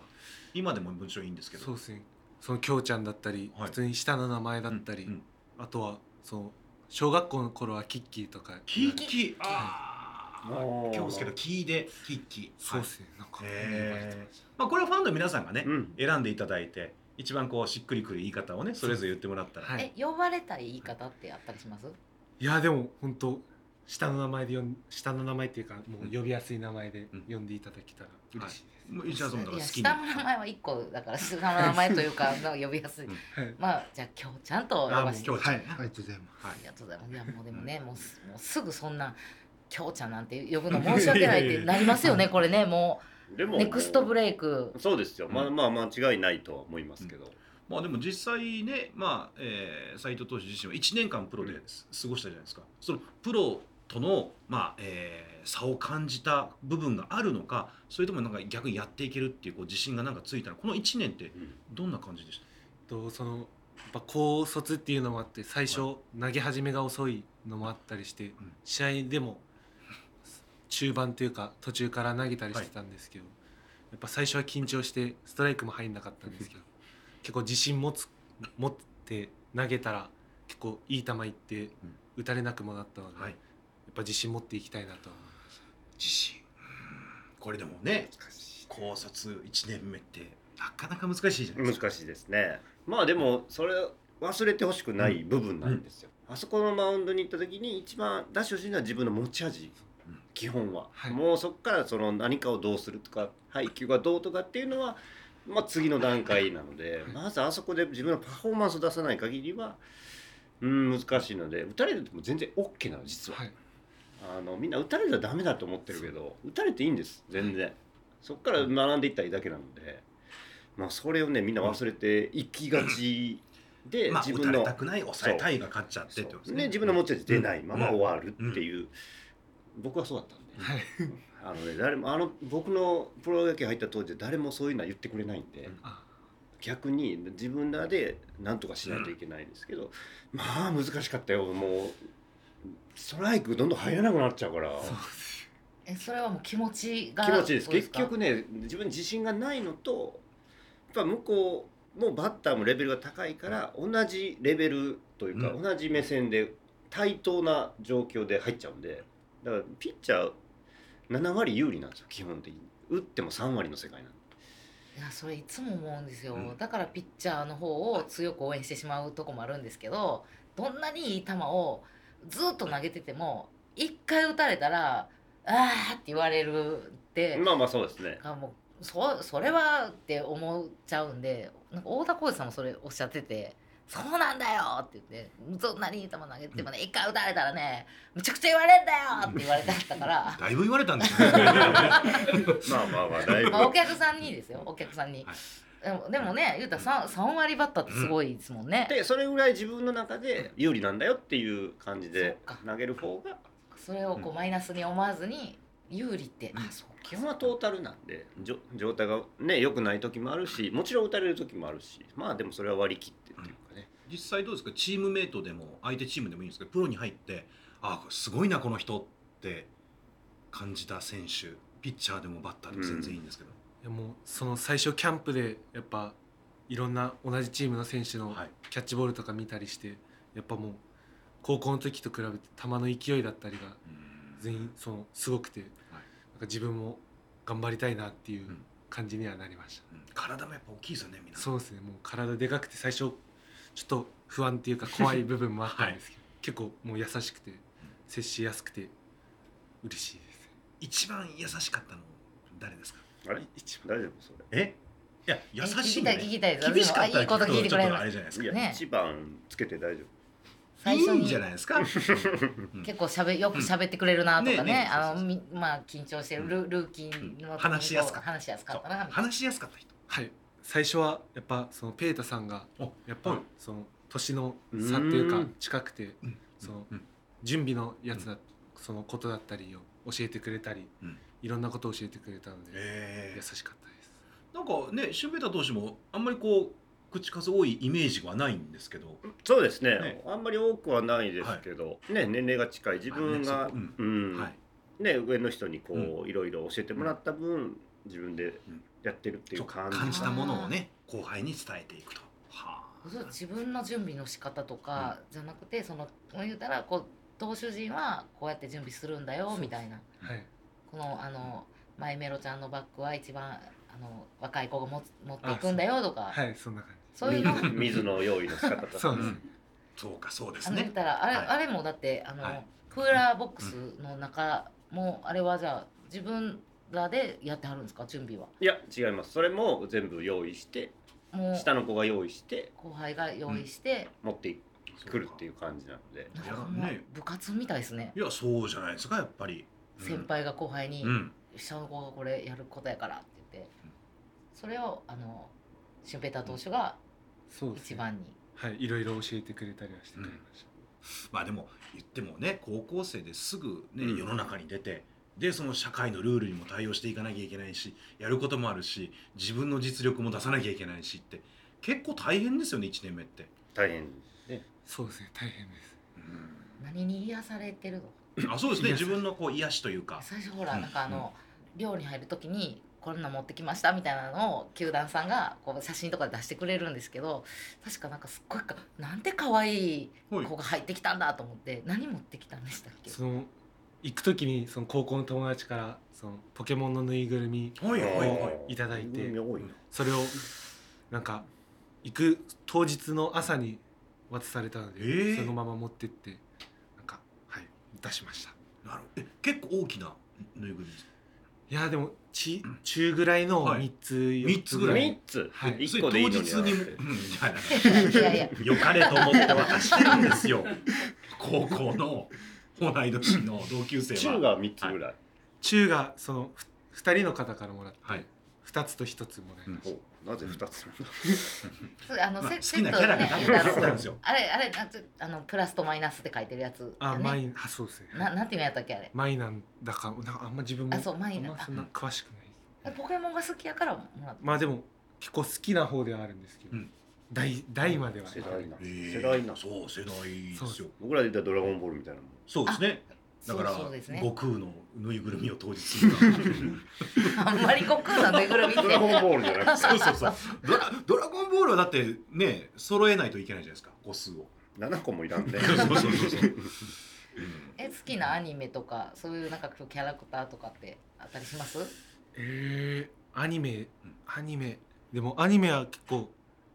今でももちろんいいんですけど
そうですねそのきょうちゃんだったり、
はい
普通に下の名前だったり、
うんうん
あとはそう小学校の頃はキッキーとか
キーキーああ
おー
今日ですけどキーでキッキー
そう
は
で
い
すね、なんか、
えーまあこれはファンの皆さんがね、
うん
選んでいただいて一番こうしっくりくる言い方をねそれぞれ言ってもらったら、
はい、
え呼ばれたい言い方ってあったりします
いやでも本当下の名前で呼ん下の名前っていうかもう呼びやすい名前で
うん
呼んでいただけたら嬉しいです、
もう石原さんもだ
い
から
や
好きに
下の名前は1個だから下の名前というかの呼びやすい
はい
まあじゃあきょうちゃんと呼ばせて
あもう京ちゃん
はいありがとうございま
は
あ
い
りがとうございますいやもうでもねもうすもうすぐそんな「きょうちゃん」なんて呼ぶの申し訳ないってなりますよねこれねも
で
う
も
ネクストブレイク
そうですよまあまあ間違いないとは思いますけど
まあでも実際ね、まあえー、斉藤投手自身は1年間プロで過ごしたじゃないですか、そのプロとの、まあえー差を感じた部分があるのかそれともなんか逆にやっていけるっていうこう自信がなんかついたのこの1年って
うん
どんな感じでした
すとそのやっぱ高卒っていうのもあって最初
は
投げ始めが遅いのもあったりして、
ん
試合でも中盤というか途中から投げたりしてたんですけど、やっぱ最初は緊張してストライクも入んなかったんですけど結構自信持つ持って投げたら結構いい球いって打たれなくもなったので、
はい
やっぱ自信持っていきたいなとは思います
自信これでもね高卒1年目ってなかなか難しいじゃないですか
難しいですねまあでもそれ忘れてほしくない部分なんですよ、あそこのマウンドに行った時に一番出してほしいのは自分の持ち味
うん
基本は、
はい
もうそこからその何かをどうするとか配球がどうとかっていうのは、まあ、次の段階なので、まずあそこで自分のパフォーマンスを出さない限りはうん難しいので打たれても全然 OK なの実は、
はい
あのみんな打たれたらダメだと思ってるけど打たれていいんです全然、そこから学んでいったらいいだけなので、まあ、それをねみんな忘れていきがちで、
まあ、
自
打た
分
れ
の
たくない抑えたいが勝っちゃってってことです
そう
ね
ね自分の持ち味出ないまま終わるっていう、僕はそうだったんで、
はい
あのね誰もあの僕のプロ野球入った当時誰もそういうのは言ってくれないんで、
うん
あ
逆に自分らで何とかしないといけないですけど、まあ難しかったよもうストライクどんどん入らなくなっちゃうから
えそれはもう気持ちが
気持ちいいです
どう
結局ね自分に自信がないのとやっぱ向こうもバッターもレベルが高いから同じレベルというか、
うん
同じ目線で対等な状況で入っちゃうんでだからピッチャー7割有利なんですよ基本的に打っても3割の世界なんで
いやそれいつも思うんですよ、
うん
だからピッチャーの方を強く応援してしまうとこもあるんですけどどんなにいい球をずっと投げてても一回打たれたら「あーって言われるって、
まあまあそうです ね
あもうそそれはって思っちゃうんでなんか太田浩二さんもそれおっしゃってて「そうなんだよ!」って言って「そんなにいい球投げてもね一回打たれたらねむちゃくちゃ言われんだよ!」って言われてたから。
だいぶ言われたんですよ ね
まあまあまあだいぶ
まあ、お客さんにですよお客さんに、
はい
でもでもね言うたら 3, 三割バッターってすごいですもんね、
でそれぐらい自分の中で有利なんだよっていう感じで
そうか
投げる方が
それをこうマイナスに思わずに有利って、あそうか
基本はトータルなんでじょ状態がね良くない時もあるしもちろん打たれる時もあるしまあでもそれは割り切ってっていうかね、
実際どうですかチームメイトでも相手チームでもいいんですけどプロに入ってああすごいなこの人って感じた選手ピッチャーでもバッターでも全然いいんですけど、
いやもうその最初キャンプでやっぱいろんな同じチームの選手の
はい
キャッチボールとか見たりしてやっぱもう高校の時と比べて球の勢いだったりが全員そのすごくて、なんか自分も頑張りたいなっていう
うん
感じにはなりました、
うん体もやっぱ大きいですよねみんな
そうですねもう体でかくて最初ちょっと不安っていうか怖い部分もあったんですけど、結構もう優しくて接しやすくて嬉しいです
一番優しかったの誰ですか
あれ大丈夫それ
えいや優しい、ね、
聞きたい聞きたい
厳しかったら
いいこと聞いてく
ちょ
れる
っとあれじゃないですか
いや、
ね
一番つけて大丈
最
い
初
い
に
んじゃないですかうん
結構しゃべよく喋ってくれるなとかね,、
うんねね
あ
そ
の
う
みまあ緊張してるルルーキーの時にこう
話しやすかった
話しやすかったなみたいな
話しやすかった人
はい最初はやっぱそのペータさんが
お
やっぱ、
はい
その年の差っていう
う
か
ん
近くてその
うん
準備のやつだ、そのことだったりを教えてくれたり、
うん
いろんなことを教えてくれたので、
え
優しかったです
ー、なんかねシュンペーター投手もあんまりこう口数多いイメージはないんですけど
夫そうですね
ね
あんまり多くはないですけど、ね年齢が近い自分が、
あねそううん
うん
はい
ね上の人にこう、いろいろ教えてもらった分、自分で
うん
やってるっていう
そう
感
感
じ
じたものをね後輩に伝えていくとは
そう自分の準備の仕方とかじゃなくて、その言うたらこう投手陣はこうやって準備するんだよみたいな
はい
このあのマイメロちゃんのバッグは一番あの若い子が持つ持っていくんだよとか、
はいそんな感
そういうの
水水の用意の仕方と
じ
か
そう
う
ですね、
んそうかそうで
あ
す
の言っ
ね
たらあれ,、
はい
あれもだってあの、
はい
クーラーボックスの中もあれはじゃあ自分らでやってはるんですか準備はい
や違いますそれも全部用意して
もう
下の子が用意して
後輩が用意して、
持ってくるっていう感じなので
なんか
いや
もう
ね
部活みたいですね
いやそうじゃないですかやっぱりうん
先輩が後輩に、
うん
下の子がこれやることやからって言って
うん
それをあのシュンペーター投手が
そうです
一
ね
番に
はいいろいろ教えてくれたりはしてくれました、
まあでも言ってもね高校生ですぐね
うん
世の中に出てでその社会のルールにも対応していかなきゃいけないしやることもあるし自分の実力も出さなきゃいけないしって結構大変ですよね1年目って。
大変
そうですね大変です
何に癒されてるの
あそうですね
いや
自分のこう癒しというか
最初ほらなんかあの、寮に入る時にこんなん持ってきましたみたいなのを球団さんがこう写真とかで出してくれるんですけど確かなんかすっごいかなんて可愛い
はい
子が入ってきたんだと思って何持ってきたんでしたっけ
その行く時にその高校の友達からそのポケモンのぬいぐるみ
はいはいはい
いただいて
うん多いな
それをなんか行く当日の朝に渡されたので、
えー
そのまま持ってってなんかはい出しました
なるほどえ結構大きなぬいぐるみです
いやでもち中ぐらいの
はい
3つ、四
三つぐら
3
い
つ
はい
1個でいいのにな
それ当日
っ
に
て
うんいやいや
いやいや
良かれと思って渡してるんですよ高校の同い年の同級生は
中が3つぐらい
中がそのふ2人の方からもらって、
はい
2つと1つもらいまし
ほうなぜ2つも
それあの
まあ
セ
好
セ
き
ッ
な
ト
キャラが
ね
多
言うた
分
ろ
そうなんですよ
あれあれなんつあのプラスとマイナスって書いてるやつ
た、あ
よ
マ
ね
イあそうですね
ななんていうんやったっけあれ
マイなんだかなんかあんま自分も
あそうマイナ
あんまそんな詳しくない
ポケモンが好きやからもらっ
まあでも結構好きな方ではあるんですけど、
うん
大大までは
世代な
えー
世代な
そう世代ですよ
僕らで言ったらドラゴンボールみたいなもん
そうですね
た
だから
そうそうですね
悟空のぬいぐるみを当日するな
あんまり悟空のぬいぐるみって
ドラゴンボールじゃなく て
そうそうそうドラドラゴンボールはだってね揃えないといけないじゃないですか個数を
7個もいらんね
そうそうそう そううん
え好きなアニメとかそういうなんかキャラクターとかってあったりします
えー、アニメアニメでもアニメは結構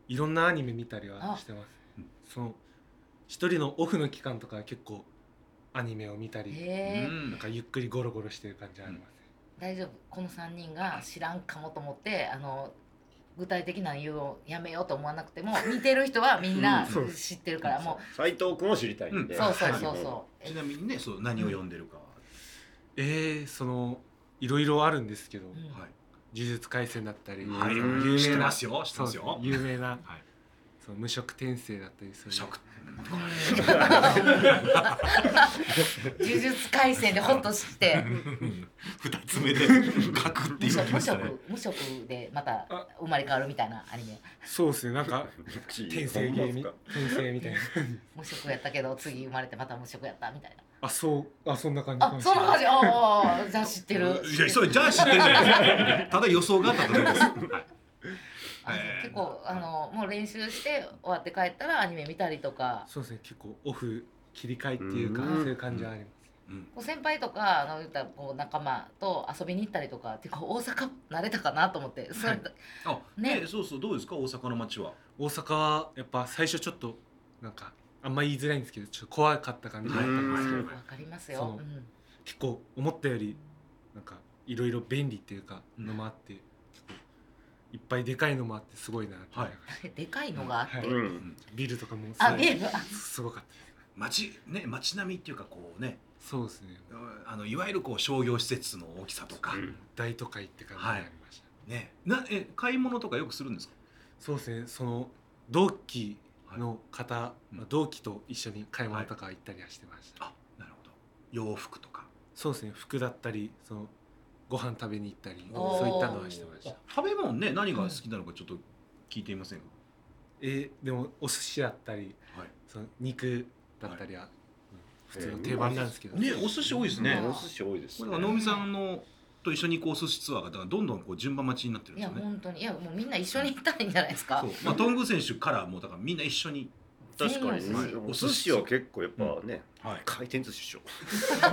いろんなアニメ見たりはしてます
うん
その一人のオフの期間とかは結構アニメを見たり
へえ
なんかゆっくりゴロゴロしてる感じはあります、ね
大丈夫この3人が知らんかもと思ってあの具体的な理由をやめようと思わなくても見てる人はみんな
うんそう
知ってるからも
斎藤君を知りたいん
う
で
うそうそうそう
は
そうえ
ちなみにねそう何を読んでるかは
えー、そのいろいろあるんですけど、
うん
はい
呪術廻戦だったり、
うん
はい
有
名な
知ってますよ知って
そう
ま
ですすね
よ
有名な、
はい
その無職転生だったりする
食
呪術廻戦でホッとして
二つ目で書くって
無
いうき
職無
ました
職
ね。
無職でまた生まれ変わるみたいなアニメ
そうですねなんか
い
転生ゲーム転生みた いな
無職やったけど次生まれてまた無職やったみたい
あそうあそんな感じ
な
か
あ
もし
そ
れ
の
ない
話ああじゃあ知ってる
いやそれじゃあ知ってるじゃないですか。ただ予想があったと思います。はい
あ
えー
結構あのもう練習して終わって帰ったらアニメ見たりとか
そうですね結構オフ切り替えっていうか
うん
そういう感じはあります
うん
こう先輩とかあの言ったらこう仲間と遊びに行ったりとかってこう大阪慣れたかなと思ってそれ、
はい
あ
ね
ねそうそうどうですか大阪の街は。
大阪はやっぱ最初ちょっとなんかあんま言いづらいんですけどちょっと怖かった感じだったんですけ
う
ど
ん
わかります
そ
よ
の、結構思ったよりなんかいろいろ便利っていうかのもあって結構いっぱいでかいのもあってすごいなって
はい
うん、でかいのがあって、
はいう
うんん
ビルとかもす
あ
ご
見え
い
るあ
すごかったで
街ね街並みっていうかこうね
すそうですね
あのいわゆるこう商業施設の大きさとか
うん
大都会って感じになりました
ねなえ買い物とかよくするんですか。
そうですねその同期の方、
うん
同期と一緒に買い物とか行ったりはしてました、
あなるほど洋服とか
そうですね服だったりそのご飯食べに行ったり
おー
そういったのはしてました
食べ物ね何が好きなのかちょっと聞いてみませんか。
えーでもお寿司だったり
はい。
その肉だったりは、うん普通の定番なんですけど、
ねお寿司多いですね。
お寿司多いです
こ
ね
れは能見さんのと一緒にこう寿司ツアーがだからどんどんこう順番待ちになってるん
い
です
や
よね。
本当にいやもうみんな一緒に行ったらいいんじゃないですか
そう、 まあ、トング選手からもうだからみんな一緒に、
確かにね
はい
お寿司は結構やっぱね
はい、
回転寿司でしょ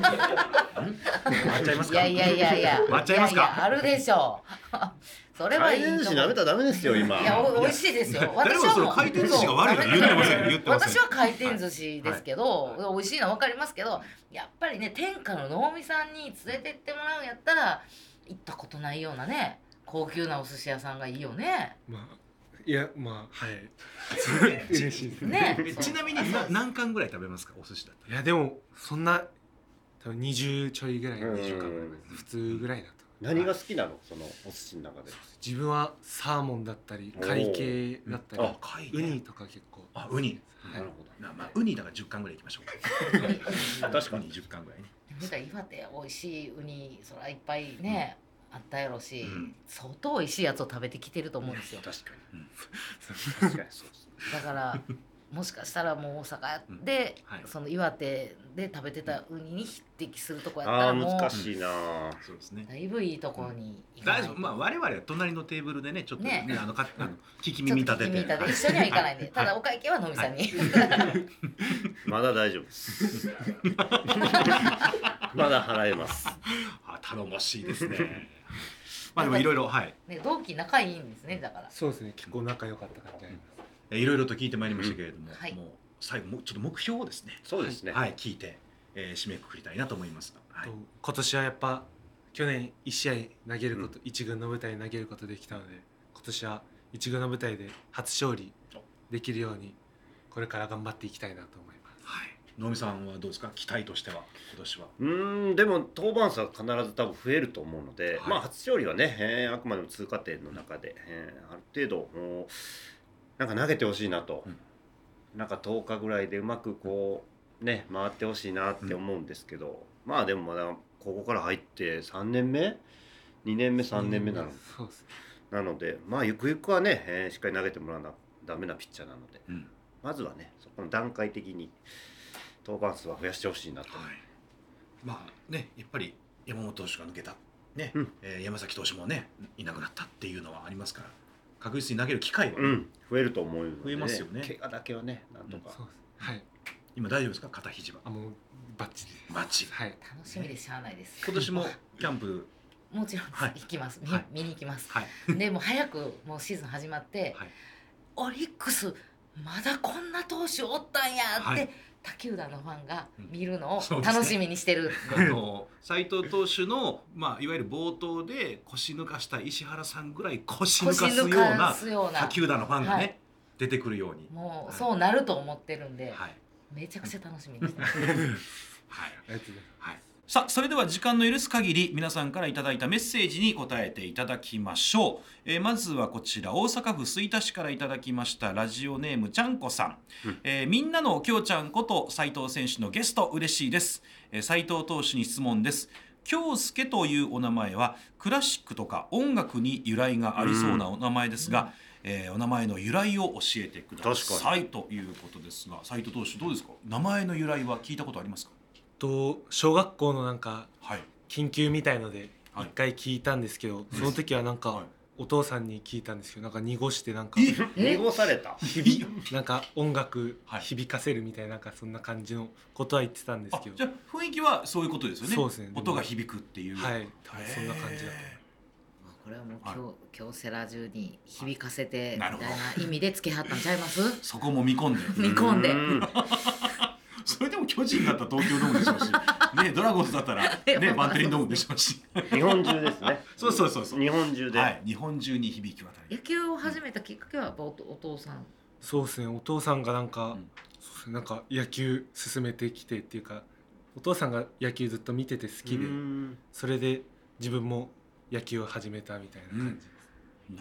回 っちゃいます
い
か
やいやいやいや
割っちゃいますか
ややあるでしょう それは
回
いいと
転
思
寿司
う
舐めたらダメですよ今
いやお美味しいですよ
誰もそれ回転寿司が悪いとは言ってません言ってません
私は回転寿司ですけど、美味しいのは分かりますけどやっぱりね天下の能見さんに連れてってもらうんやったら行ったことないようなね高級なお寿司屋さんがいいよね
まあいやまあはい 嬉しいですね
ね
えちなみに
そう
な何貫ぐらい食べますかお寿司だった
いやでもそんな多分20ちょいぐらい
うん
20かぐらいです普通ぐらいだと
何が好きなのそのお寿司の中で
自分はサーモンだったり貝系だったり、
おー
ら貝
ウ
ね
ニとか結構
あウニ
はい
なるほ
なまあ、ウニだから10貫ぐらいいきましょ
ウニウニ
う確かに10貫ぐらいね
見たら岩手美味しいウニそらいっぱいね、あったやろし、
うん
相当美味しいやつを食べてきてると思うんですよ
ど確か
う
に
ん
確かにそうです
だからもしかしたらもう大阪で、
うんはい
その岩手で食べてたウニに匹敵するとこやった
あ
ら
あ
もう
難しいなぁ
そうですね
だいぶいいとこに行かな
大
い
丈
と
夫まあ我々は隣のテーブルでねちょっとね
ね
あのかあの聞き
ちょっ
耳
と
立て
聞き
て
耳立て一緒には行かない んで、ただお会計はのみさんに、
まだ大丈夫ですまだ払えます
あ頼もしいですねまあでもいろいろはい
ね同期仲いいんですねだから
そうですね結構仲良かった感じあります、
えいろいろと聞いてまいりましたけれども、
はい
もう
最後もうちょっと目標をですね
そうですね、
はい聞いて、えー締めくくりたいなと思います。はい
と今年はやっぱ去年1試合投げること、一軍の舞台に投げることできたので今年は一軍の舞台で初勝利できるようにこれから頑張っていきたいなと思います。
はい、能見さんはどうですか期待としては今年は。
うーんでも登板数は必ず多分増えると思うので、
はい
まあ初勝利はね、えーあくまでも通過点の中で、えーある程度もうなんか投げてほしいなと、なんか10日ぐらいでうまくこうね回ってほしいなって思うんですけど、まあでもまだここから入って3年目2年目3年目なの,、
そうですね
なのでまあゆくゆくはね、えーしっかり投げてもらわなダメなピッチャーなので
うん
まずはねそこの段階的に登板数は増やしてほしいなと。
はい、まあねやっぱり山本投手が抜けた、ね
うん
えー山崎投手もねいなくなったっていうのはありますから確実に投げる機会は、
うん、増えると思うので、
増えますよね
怪我だけはね、なんとか
そ。うですはい
今大丈夫ですか肩肘は
あもうバッチリです
バッチリ
はい
楽しみでしゃあないです
今年もキャンプ
もちろんです
はい
行きます、み
はい
見に行きま す、
はい
でもう早くもうシーズン始まって、
はい
オリックスまだこんな投手おったんやって、
はい
他球団のファンが
うん
見るの
そう
を
ですね
楽しみにしてる、
あの斎藤投手の、まあ、いわゆる冒頭で腰抜かした石原さんぐらい腰抜
腰
かすよう
抜
な
かすよう
他
な
球団のファンがね、
はい
出てくるように。
もうそうなると思ってるんで、
はい
めちゃくちゃ楽しみにしてます
はい
ありがとうございます
はい
さあそれでは時間の許す限り皆さんからいただいたメッセージに答えていただきましょう、えーまずはこちら大阪府吹田市からいただきましたラジオネームちゃんこさん、
うん
えーみんなのきょうちゃんこと斉藤選手のゲスト嬉しいです、えー、斉藤投手に質問です京介というお名前はクラシックとか音楽に由来がありそうなお名前ですが、えーお名前の由来を教えてくだ
確
さいということですが斉藤投手どうですか名前の由来は聞いたことありますか
と小学校のなんか
はい
緊急みたいので
はい
一回聞いたんですけど、その時はなんか、
はい
お父さんに聞いたんですけどなんか濁してなんか
え
え
濁された。
響なんか音楽
はい
響かせるみたいななんかそんな感じのことは言ってたんです
あ
けど、
じゃあ雰囲気はそういうことですよね
そうですね
音が響くっていう
はい
へ
多分そんな感じだと
これはもう
はい
京、京セラ中に響かせてみ
な
た
る
い
ほ
な
ど
意味でつけはったんちゃいます
そこも見込んで
見 込んで
う
それでも巨人だったら東京ドームでしょうし、ね、ドラゴンズだったら、ね、バンテリンドームでしょうし。
日本中ですね
そうそうそうそう
日本中で。
はい、日本中に響き渡
野
り
球を始めたきっかけはやっぱおとお父さん
そうですねお父さんがなんか、
ん
そうですねなんか野球進めてきてっていうかお父さんが野球ずっと見てて好きで、
うん
それで自分も野球を始めたみたいな感じです、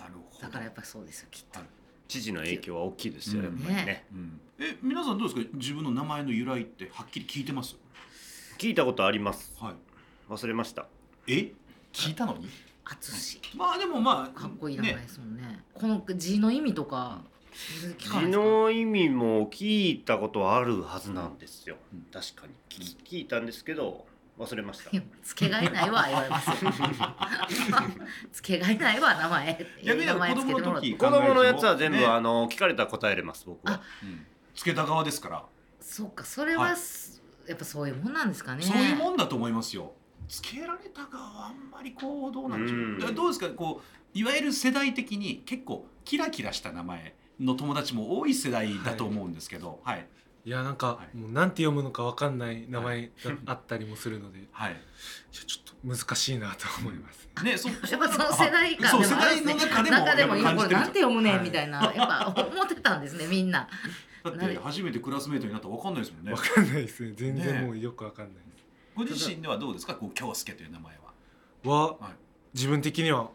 なるほど
だからやっぱそうですよきっと、
はい
父の影響は大きいですよ、やっぱりね
ね。
うん、え皆さんどうですか自分の名前の由来ってはっきり聞いてます
聞いたことあります。
はい
忘れました。
え聞いたのに
淳
まあでもまあ
かっこいい名前ですもんねこの字の意味とか聞かな
字
いですか
の意味も聞いたことはあるはずなんですよ。
うん
確かに聞き聞いたんですけど忘れました
い。や付けがえないわ言われます よ付けがえないわ名前
逆に
名前
子
つけ
供
ても
の
らって
時
子供のやつは全部、
ね
あの聞かれたら答えれます僕は。
うんつけた側ですから
そうかそれ
は
はいす、やっぱそういうもんなんですかね
そういうもんだと思いますよ。つけられた側はあんまりこうどうなんでしょう。
うん
だからどうですかこういわゆる世代的に結構キラキラした名前の友達も多い世代だと思うんですけど、はい
いやなんか、
はい
もうなんて読むのかわかんない名前があったりもするので、いや
はい。
ちょっと難しいなと思います、
ねそ
やっ ぱその世代
あ
間
そう
で
世
もあ
代
るんで
の
すね
中でも
中でも
やっぱ
こ
感じて
れ
る
なんて読むね
は
ん
い
みたいな、やっぱ思ってたんですねみんな
とだって初めてクラスメートになったらわかんないですもんね
わ。かんないですね全然もうよくわかんないです、
ご自身ではどうですかこう京介という名前は。
は、
はい
自分的には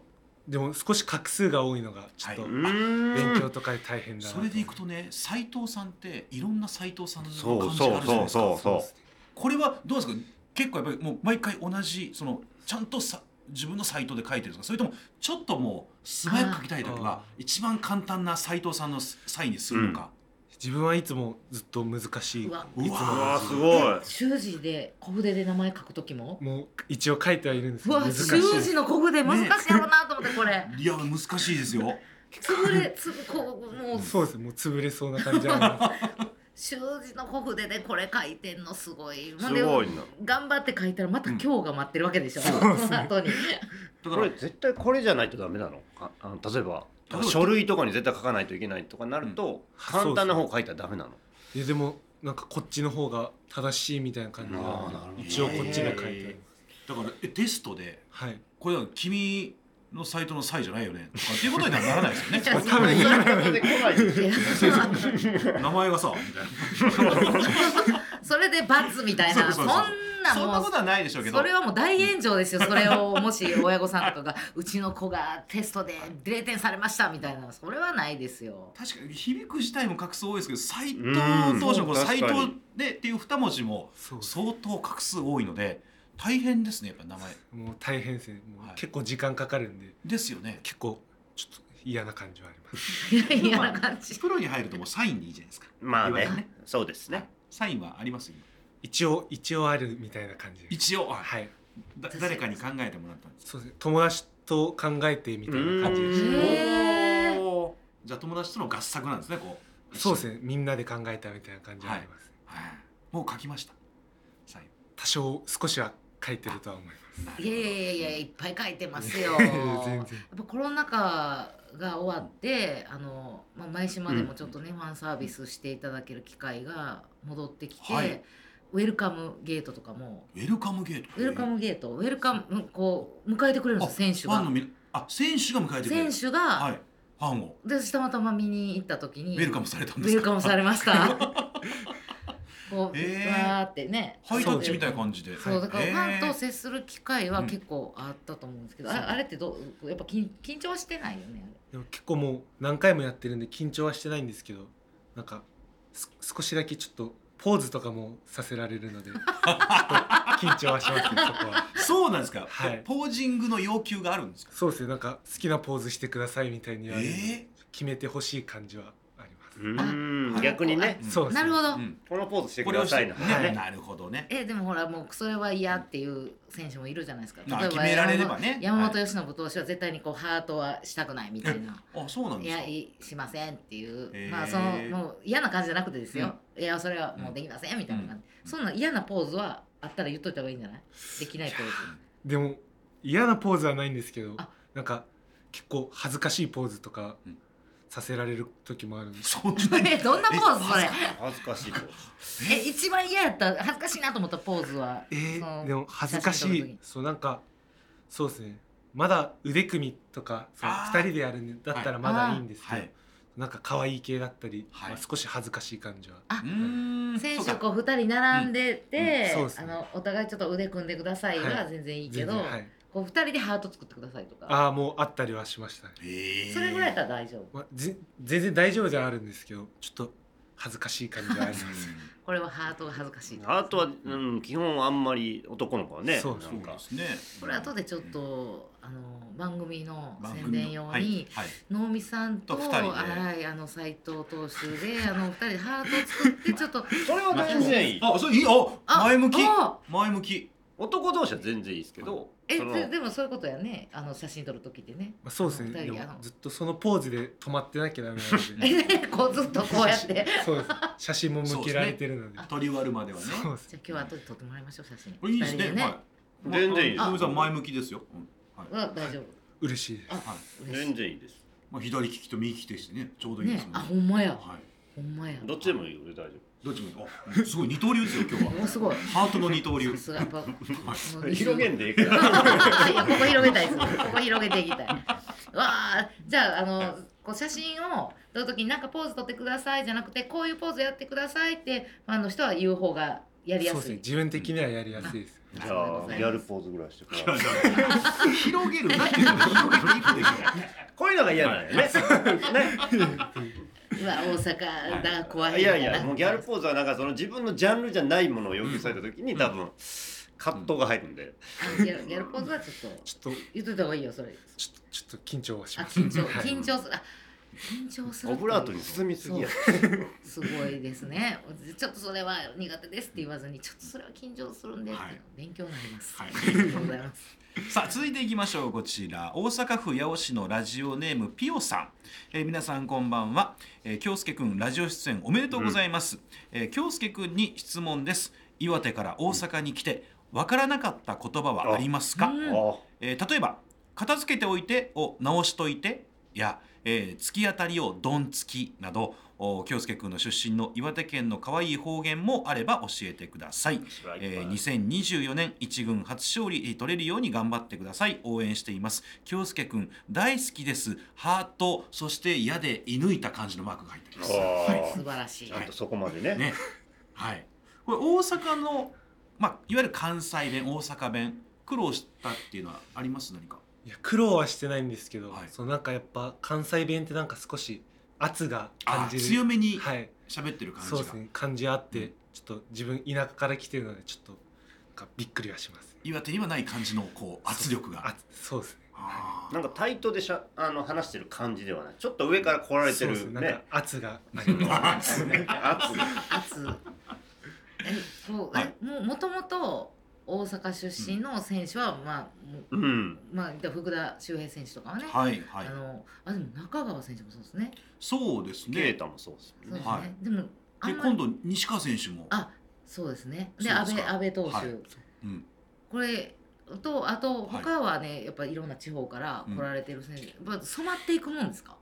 でも少し画数が多いのがちょっと
はいう
勉強
ん。
とかで大変だな
それでいくとね斉藤さんっていろんな斉藤さんの
そう
感じがあるじゃないですか。
そうそう
ですね
これはどうですか結構やっぱりもう毎回同じそのちゃんとさ自分のサイトで書いてるんですかそれともちょっともう素早く書きたい時
あーあ
は一番簡単な斉藤さんのサインにするのか、
自分はいつもずっと難しいう
わ
いつも
う
うわ
わ
あすごい。
習字で小筆で名前書く時も
もう一応書いてはいるんですけ
う
ど
わ
難しい
習字の小筆難しいやろうなと思ってこれ
いや難しいですよ
潰れつぶこうもう
そうですもう潰れそうな感じはあり ます
習字の小筆でこれ書いてんのすごいほんです
ごいな。
頑張って書いたらまた今日が待ってるわけでしょ、
うん
そ
そう
の後 に
だか
こ
ら
れ絶対これじゃないとダメなのああの例えば
例えば
書類とかに絶対書かないといけないとかなると、
うん
簡単な方書いたらダメなの
えでもなんかこっちの方が正しいみたいな感じで
あーなるほど
一応こっちが書いてある
だからえテストで
はい
これは君のサイトのサイじゃないよねとかっていうことにはならないです よね
多分言わで来ないですよ
名前がさみたい
それで罰みたいな
そ
そ
うんそうそうな
な
そんな
も
こ
う
とはないでしょうけど
それはもう大炎上 ですよそれをもし親御さんとかが「うちの子がテストで0点されました」みたいなそれはないですよ。
確かに響く自体も画数多いですけど斎藤
うん
当時のこの
確か
斎
に
藤でっていう二文字も
そうです
相当画数多いので大変ですねやっぱ名前
もう大変ですねもう
はい
結構時間かかるんで
ですよね
結構ちょっと嫌な感じはあります
嫌な感じ。
プロに入るともうサインでいいじゃないですか
まあ
いわゆる
ねそうです
ね
ね
サインはあります今
一応一応あるみたいな感じで
一応あ
はい
だ誰かに考えてもらったんです
そうですね友達と考えてみたいな感じで
う
し
ん
へー
おーじゃあ友達との合作なんですねこう
たそうです
ね
ねみんなで考えたみたいな感じはあります、
もう書きましたサイン
多少少しは書いてるとは思います
いやいやいやいやいっぱい書いてま すよ。
全然
やっぱコロナ禍が終わってあの、まあ、前島でもちょっとね、ファンサービスしていただける機会が戻ってきて、
はい
ウェルカムゲートとかも
ウェルカムゲート
ウェルカムゲートウェルカムこう迎えてくれるんですよ選手
ファン
が
の。みあ選手が迎えてくれ
選
る
手が、
はいファンを
私たまたま見に行った時
ウ
に
ェルカムされたん
ウ
ですか
ェルカムされましたこう、
えー
わーってね
ハイタッチみたいな感じで
そうだからファン
へ
と
ー
接する機会は結構あったと思うんですけど、ああれってどうやっぱ緊緊張はしてないよねあれ
でも結構もう何回もやってるんで緊張はしてないんですけどなんかす少しだけちょっとポーズとかもさせられるのでちょっと緊張はしますねそこは
そうなんですか、
はい
ポージングの要求があるんですか
そうですねなんか好きなポーズしてくださいみたいに
え
言われる
え
決めてほしい感じはあります、
うーん逆にね
うん
そうです
なるほど、
うん
このポーズして
こ
く
れを
だ
して
さい
ね
な
はい
なるほどね
えでもほらもうそれは嫌っていう選手もいるじゃないですか
まあ
例えば
決められればね
山本由伸投手は絶対にこうハートはしたくないみたいな
あそうなん
い
ですか
やいしませんっていう、
へー
まあそのもう嫌な感じじゃなくてですよ、いやそれはもうできませんみたいな感じ、
うん
そんな嫌なポーズはあったら言っといた方がいいんじゃないできないポーズ
でも嫌なポーズはないんですけど
あ
なんか結構恥ずかしいポーズとか
うん
させられる時もあるんです、
そんな
えどんなポーズそれ
恥ずかしいと
え一番嫌やった恥ずかしいなと思ったポーズは
えー
その
でも恥ずか
写
し
真撮る時
いそうなんかそうですねまだ腕組みとかその
あー
2人でやるんだったらまだいいんですけど、
はい
なんか可愛い系だったり、
はい
まあ少し恥ずかしい感じは
うーん
選
そ
手
うか
こう二人並んでて、
うんうんそうです
あ
ね
のお互いちょっと腕組んでください
は
はい全然いいけ
全
ど、
然はい、
こう二人でハート作ってくださいとか
ああもうあったりはしましたね、
へえ
それぐらいだったら大丈夫
まあ、ぜ全然大丈夫ではあるんですけどちょっと恥ずかしい感じはあり ます
これはハートが恥ずかしい
あとは、うん、基本あんまり男の子はね
そう
な
そ
ん
う
か
ですね
これ後でちょっとあの番組の
番
宣
組の
伝用
は
に
いはい
能見さんと
と二人で
はいあの斎藤投手であの二人でハートを作ってちょっと
それは全然いい
あそれいいよ
あ
前向き
あ
前向き
男同士は全然いいですけど
え
その
ででもそういうことやねあの写真撮る時ってね
まあそうですね
あの二
で
人
も
あの
ずっとそのポーズで止まってなきゃダメなので
えこうずっと こうや ってじゃ
そうです写真も向けられてるので
取り終わるまではね
そうです
あ今日は後で撮ってもらいましょう写真
これいいです
二
ね
人
はい
全然いいです
まあのぞみさん前向きですようんはい
は大丈夫
嬉しいです
あ
はい
嬉し
全然いいです
まあ左利きと右利きでしてねちょうど
い
いいで
ね
すもん
あほんまや
はい
ほんまや
どっちでもいいよ俺大丈
どっちもあすごい二刀流ですよ今日は
もうすごい
ハートの二刀流
さすがやっぱこの
夫広 げんでいいから
ここ広げたいです。ここ広げていきたい。わあ、じゃああのこう写真を撮るときになんかポーズ撮ってくださいじゃなくてこういうポーズやってくださいってファンの人は言う方がやりや
そうです
す
ね
い。
自分的にはやりやすいです
じゃあギャルポーズぐらいしてください
広げるなっていうの広げていくでし
こういうのが嫌なんだよね
うわ大阪だ怖いな。
いやいやもうギャルポーズはなんかその自分のジャンルじゃないものを要求された時に多分葛藤が入るんで
あギャルギャルポーズはちょっと
ちょっと
言っといた方がいいよそれ。
ちょっとちょっと緊張はし
あ
ます
緊張
はい
緊張する。あ緊張するっていう。
オブラートに包みすぎや
すごいですね。ちょっとそれは苦手ですって言わずに、ちょっとそれは緊張するんで、
はい
勉強になります。
はい
ありがとうございます。
さあ続いていきましょうこちら大阪府八尾市のラジオネームピオさん、えー皆さんこんばんは、えー、京介くんラジオ出演おめでとうございます、えー京介くんに質問です岩手から大阪に来てわからなかった言葉はありますか、
うん
あ
えー例えば片付けておいてを直しといてや、えー突き当たりをどんつきなどお京介君の出身の岩手県の可愛い方言もあれば教えてください、えー2024年一軍初勝利えー取れるように頑張ってください応援しています京介君大好きですハートそして矢で射抜いた感じのマークが入ってきます
あ
素晴らし
ー
い
ちゃんとそこまでね
ねはいこれ大阪のまあいわゆる関西弁大阪弁苦労したっていうのはあります何か
いや苦労はしてないんですけど、
はい
そのなんかやっぱ関西弁ってなんか少し圧が
あ
感じる
強めに
はい
喋ってる感じ
そう
が、
ですね感じあって、
うん
ちょっと自分田舎から来てるのでちょっとなんかびっくりはします
岩手にはない感じのこう圧力が
あそうですね
あー
なんかタイトでしゃあの話してる感じではないちょっと上から来られて
そうです
る
なんか
ね
圧があります
圧
圧えそう、
はい
えもうもともと大阪出身の選手は、まあもう
うん
まあ言ったら福田周平選手とかはね、
はいは
あ
い
のあでも中川選手もそうですね。
そうです
啓
ねで
太もそうです
そう
もん
で
ね
すね。
はい
でもあんまり
今度西川選手も、
あそうですね。
そう
で
で
安
す
倍
か
安倍投手、
はいうん、
これとあと
はい
他はね、やっぱりいろんな地方から来られてる選手、やっぱ染まっていくもんですか。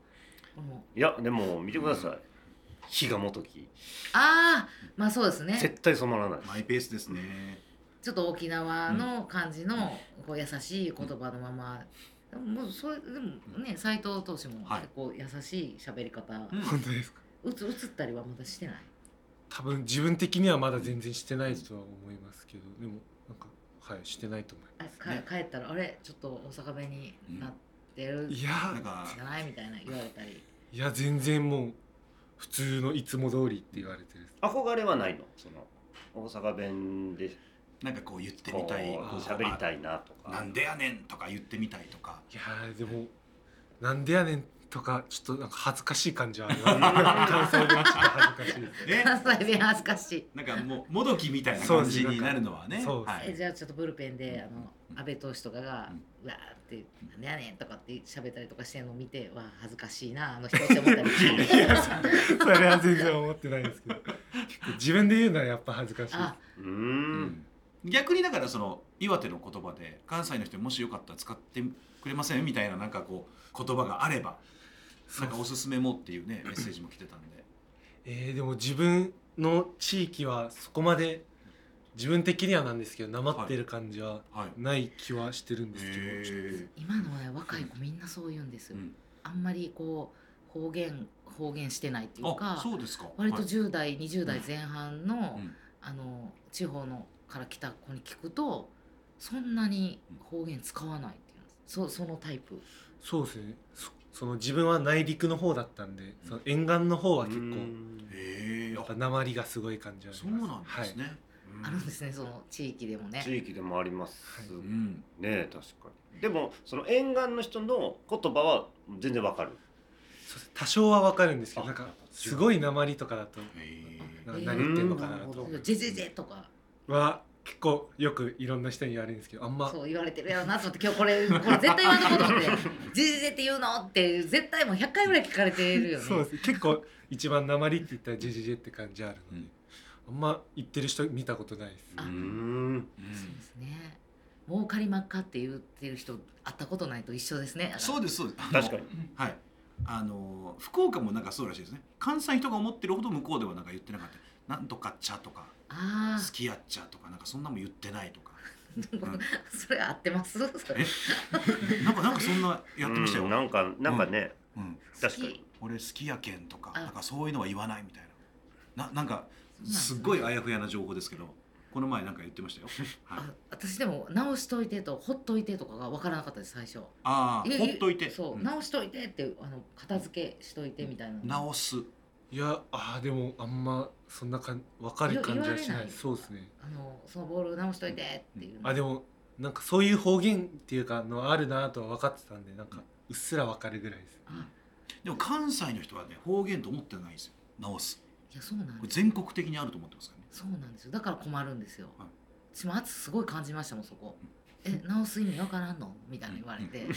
この
いやでも見てください比嘉元樹
ああまあそうですね。
絶対染まらない
マイペースですね
ちょっと沖縄の感じのこう優しい言葉のまま、もうそれでもね斎藤投手も
はい
結構優しい喋り方、
うん
本当ですか
うつ映ったりはまだしてない
多分自分的にはまだ全然してないとは思いますけどでもなんかはいしてないと思い
あか
ね
帰ったらあれちょっと大阪弁になってる
ますい
じ
や
なん
ー
か
ゃないみたいな言われたり
いや全然もう普通のいつも通りって言われてる
憧れはないのその大阪弁で
なんかこう言ってみ
こう
たいこう
喋りたいなと
あな
か
んでやねんとか言ってみたいと か
いやーでもなんでやねんとかちょっとなんか恥ずかしい感じはあります感想でちょっと恥ずかしいです
ね
関西弁恥ずかしい、
なんかもうもどきみたいな感じになるのはね
そうです
は
え
い
じゃあちょっとブルペンであの
うん
安倍投手とかが
うん
「うわ」って「なんでやねん」とかって喋ったりとかしてるのを見て「わあ恥ずかしいなあの人」って思ったり
い やそそれは全然思ってないですけど結構自分で言うのはやっぱ恥ずかしい
あ
うー
うんん逆にだからその岩手の言葉で関西の人にもしよかったら使ってくれませんみたいななんかこう言葉があればなんかおすすめもっていうねメッセージも来てたんで
えーでも自分の地域はそこまで自分的にはなんですけどなまってる感じは
はい
ない気はしてるんですけど、ちょっ
へ
今のね若い子みんなそう言うんです
ー
よ
う。ん
あんまりこう方言方言してないっていう
あ
か
そうですか
割と
はい
10代20代前半の,、
うん
あの地方のから来た子に聞くとそんなに方言使わないっていうんですそそのタイプ
とそうですねそその自分は内陸の方だったんで、その沿岸の方は結
う
構
ん
へえ
やっぱ訛りがすごい感じはあり
そうなん
ます
です
はい
ねうん
あるんですねその地域でもね。
地域でもあります
う
ね
ん
え確かにでもその沿岸の人の言葉は全然わかる
そうです多少はわかるんですけど
あ
なんかすごい訛りとかだと
へー
なんか何言ってんのかな
うん
と
ジェジェジェとか
は結構よくいろんな人に言われるんですけどあんま
そう言われてるやろなと思って今日こ れこれ絶対言わんとこと思って「ジェジェジェって言うの?」って絶対もう100回ぐらい聞かれてるよね。
そうです結構一番鉛って言ったらジェジェジェって感じあるので、あんま言ってる人見たことないです、
あ
うーん
う
そうんですね。儲かりまっかって言ってる人会ったことないと一緒ですね。
そうですそうですあの
確かに
はいあの福岡もなんかそうらしいですね関西人が思ってるほど向こうではなんか言ってなかったなんとかっちゃとか
あ
好きやっちゃとかなんかそんなもん言ってないとかん
あ、 それ合ってます。それ
えなんかなんかそんなやってましたよ、
う
うん
なんかなんかね
ん
確かに
俺好きやけんとか
あ
なんかそういうのは言わないみたいなななんか
好き
すっごい
あ
あやふやな情報ですけどこの前なんか言ってましたよ、はい、
私でも直しといてとほっといてとかが分からなかったです最初。
ああ
い
ほっといて
そう、
ん
直しといてってあの片付けしといてみたいな。
直す
いやあーでもあんまそんなかん分かる感じはし
言わ
な
れ
い
ない
そうですね
あのそのボール直しといてっていうの。
あでもなんかそういう方言っていうかのあるなとは分かってたんでなんかうっすら分かるぐらいです
あ
でも関西の人はね方言と思ってないんですよ直す
いやそうなん
こ
で
れ
す。
全国的にあると思ってますからね
そうなんですよ。だから困るんですよ
はい。
私も圧すごい感じましたもんそこ。え直す意味分からんのみたいな言われて。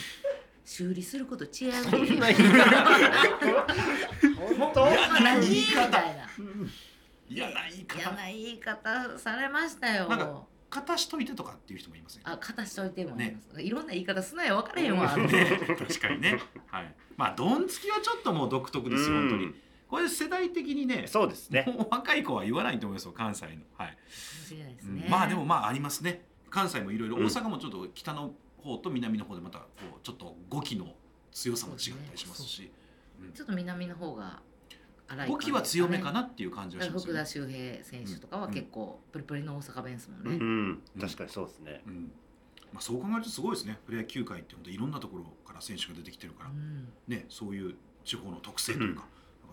修理すること違う。
そんな言い方
本
当
いや何
言い
み
方
たいな。
嫌な言い
嫌
方
な言い方されましたよ。
なんか片しといてとかっていう人もいませんか
あ片しといてもあります、いろんな言い方すなよ分からへんわ、
ね確かにね、はい、まあドンつきはちょっともう独特ですよ本当にこれ世代的にね
うんそうですね
もう若い子は言わないと思いますよ関西の、はい
かもしれないです
うん
ね、
まあでもまあありますね関西もいろいろ
うん
大阪もちょっと北の方と南の方でまたこうちょっと語気の強さも違ったりしますし
ちょっと南の方が荒い
語
感じです
気
ね
は強めかなっていう感じ
だ
が
か
し
ら
ますよ
福田
ね、
周平選手とかは結構プリプリの大阪弁ですもん
う
ね、
ん確かにそうですね
うんまあ、そう考えるとすごいですねプロ野球界って本当いろんなところから選手が出てきてるから、
うん
ねそういう地方の特性というか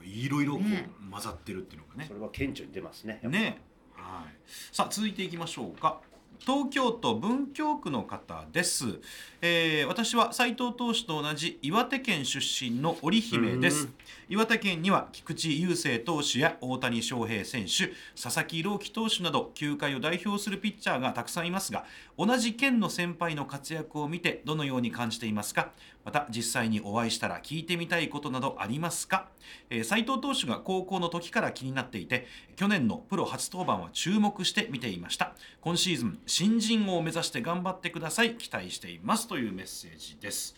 いろいろこ
ね
う混ざってるっていうのがね
それは顕著に出ますねやっぱ
ねはい、さあ続いていきましょうか東京都文京区の方です、えー私は斉藤投手と同じ岩手県出身の織姫です
うん
岩手県には菊池雄星投手や大谷翔平選手佐々木朗希投手など球界を代表するピッチャーがたくさんいますが同じ県の先輩の活躍を見てどのように感じていますかまた実際にお会いしたら聞いてみたいことなどありますかえー斉藤投手が高校の時から気になっていて去年のプロ初登板は注目して見ていました今シーズン新人王を目指して頑張ってください期待していますというメッセージです、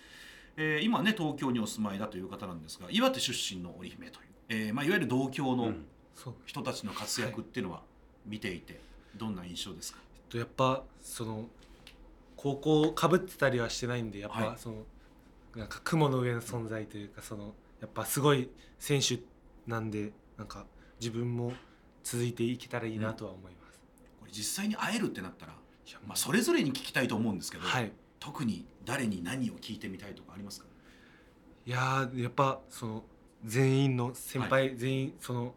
えー今ね東京にお住まいだという方なんですが岩手出身の織姫という、えーまあ、いわゆる同郷
う
の
ん
そう
人たちの活躍っていうのは見ていてどんな印象ですか、
えっとやっぱその高校かぶってたりはしてないんでやっ
はい
ぱその、なんか雲の上の存在というかそのやっぱすごい選手なんでなんか自分も続いていけたらいいなとは思います。
これ実際に会えるってなったら、
いや
まあ、それぞれに聞きたいと思うんですけど、
はい。
特に誰に何を聞いてみたいとかありますか
いやーやっぱその全員の先輩、
は
全員その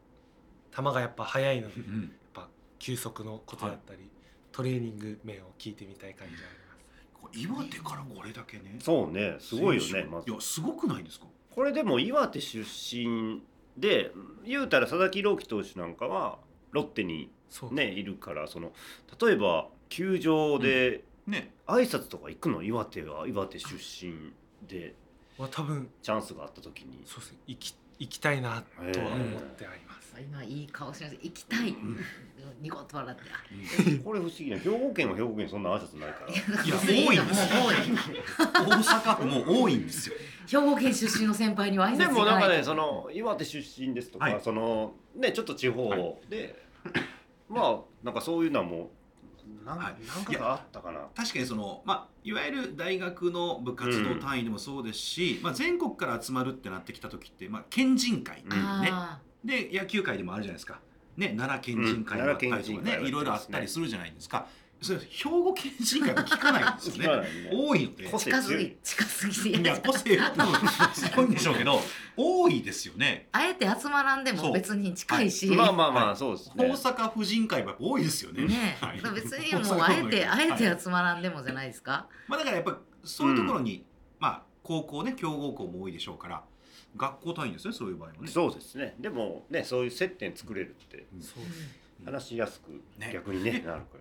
球がやっぱ速いので
う
やっ
ん
ぱ球速のことだったり、トレーニング面を聞いてみたい感じがあります。
これ岩手からこれだけね
そうねすごいよ
選
ね
手
まず
いやすごくないですか
これでも岩手出身で言うたら佐々木朗希投手なんかはロッテに
そう
ねいるからその例えば球場で
ね
挨拶とか行くの岩手は岩手出身で
は多分
チャンスがあった時に
そうですね行き行きたいなとは思ってあります。
今いい顔してます行きたい、
ん
ニコッと笑ってあ
これ不思議な兵庫県は兵庫県にそんな挨拶ないから
いや多いんですよ
もう多い
大阪府も多いんですよ
兵庫県出身の先輩には挨拶
でも
行
なん
か
か
ない
ねその岩手出身ですとか、
はい
そのねちょっと地方で、まあなんかそういうのはもうなん,、
はい
なんかがあったかな。
確かにその、まあ、いわゆる大学の部活動単位でもそうですし、まあ、全国から集まるってなってきた時って、まあ、県人会、
うん
ね
あ
で野球界でもあるじゃないですか、ね、奈良県人会があったりと
うん
か
奈良県人会は
ね
ありますね
いろいろあったりするじゃないですかそれ兵庫県人会は聞かないんですよ
聞か
ね
ないね
多いので
個
ー
性
近
強
づい
い
近すぎて
いや個 性もすごいんでしょうけど多いですよね
あえて集まらんで
そう
も別に近いし、
まあまあまあそうですね。
大阪婦人会はやっぱ多いですよね
ね
はい
だから別にもうあえてあえて集まらんでもじゃないですか、
まあだからやっぱりそういうところに、まあ高校ね強豪校も多いでしょうから学校単位ですねそういう場合もね。
そうですね。でもねそういう接点作れるって
そう
話しやすく、
ね
逆にね
ね
なるか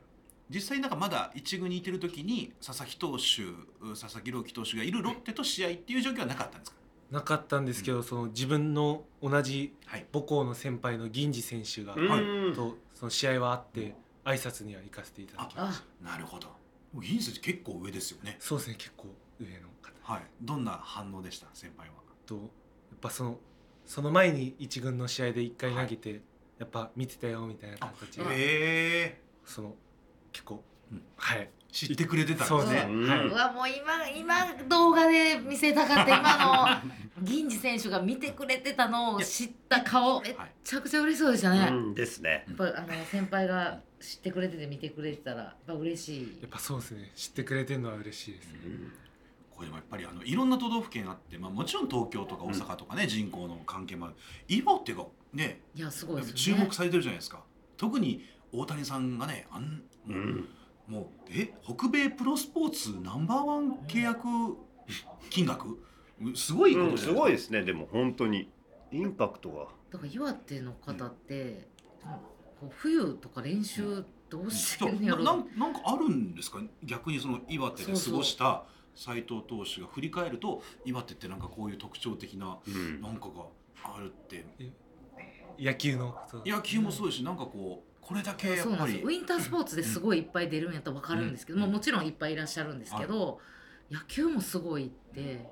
実際なんかまだ一軍にいてる時に佐々木投手う佐々木朗希投手がいるロッテと試合っていう状況はなかったんですか
なかったんですけど、その自分の同じ
はい
母校の先輩の銀次選手が、
ら。
はい
うん
とその試合はあって挨拶には行かせていただきまし
あ
た。
なるほどもう銀先生結構上ですよね
そうですね結構上の方
はいどんな反応でした先輩は
とやっぱそのその前に一軍の試合で一回投げて、やっぱ見てたよみたいな形で、
ええ
その結構、
うん
はい
知ってくれてたん
そう
です
です
ね
ね、
うん
はい、
うわもう今今動画で見せたかった今の銀次選手が見てくれてたのを知った顔めっちゃくちゃ嬉しそうでしたね、
う
や
んですね。
っぱあの先輩が知ってくれてて見てくれてたらやっぱ嬉しい
やっぱそうですね知ってくれてるのは嬉しいです、
うん
これでもやっぱりあのいろんな都道府県あって、まあ、もちろん東京とか大阪とかね、人口の関係もある岩手がね
いやすごい
やっ
で
ぱ
す
注
よね
目されてるじゃないですか特に大谷さんがねあん
う
もう,、
ん
もうえ北米プロスポーツナンバーワン契約金額うすごいこと
うん
じ
す
ゃな
ごい
いで
ですねでも本当にインパクトが。
だから岩手の方って、こう冬とか練習どうし
す
て
か
んや
な
ろ
なんなんかあるんですか逆にその岩手で過
そうそう
ごした斎藤投手が振り返ると岩手ってなんかこういう特徴的な
うん
なんかがあるって
野球のこと
野球もそうですしなんかこうこれだけや
そ
っ
うな
ぱ
んです
り
よウィンタースポーツですごいいっぱい出るんやったら分かるんですけ
う
ど、
ん
まあ、もちろんいっぱいいらっしゃるんですけど、野球もすごいって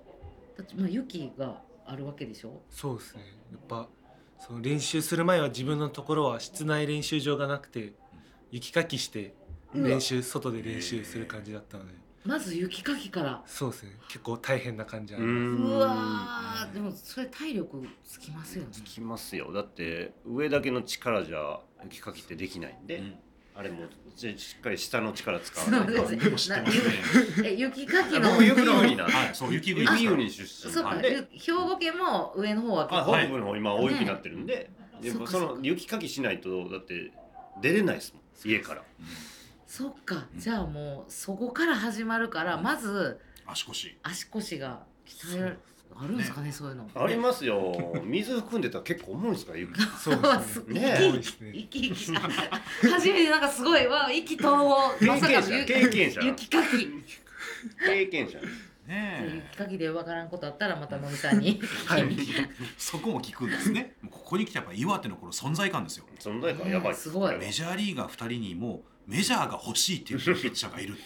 だってまあ雪があるわけでしょ
そうですねやっぱその練習する前は自分のところは室内練習場がなくて雪かきして練習外で練習する感じだったので
まず雪かきから
そうですね結構大変な感じあり
う
ま
ん
うわーでもそれ体力つきますよね
つきますよだって上だけの力じゃ雪かきってできないんで、
うん
あれもししっかり下の力使わ
そ
な
う
い
で
と
すね
僕も知ってますね
なゆえ雪かきの
僕雪国なんで
はいそう雪国
雪
で
国出身
そうか
で
ゆ兵庫県も上の方は結
あ
構
はい
北部の方今大雪になってるんで、
ね
で
そっ
も
か
そ
そっ
の
か
雪かきしないとだって出れないですもん家から
そっかじゃあもうそこから始まるからまず
足腰
足腰が鍛えられあるんですかねそういうの
ありますよ水含んでたら結構重いんですから 雪
すそうですね
ね
多いですね
生き生き初めてなんかすごいわ意気投合ま
経
さ
験
か
者
ゆ
経験者
雪かき
経験者
ね
雪かきでわからんことあったらまたのみさんに
はい そこも聞くんですねもうここに来てやっぱ岩手のこの存在感ですよ
存在感やばいっ
ねすごい
これ
メ
は
ジャーリーガー2人にもメジャーが欲しいっていうピッチャーがいる
で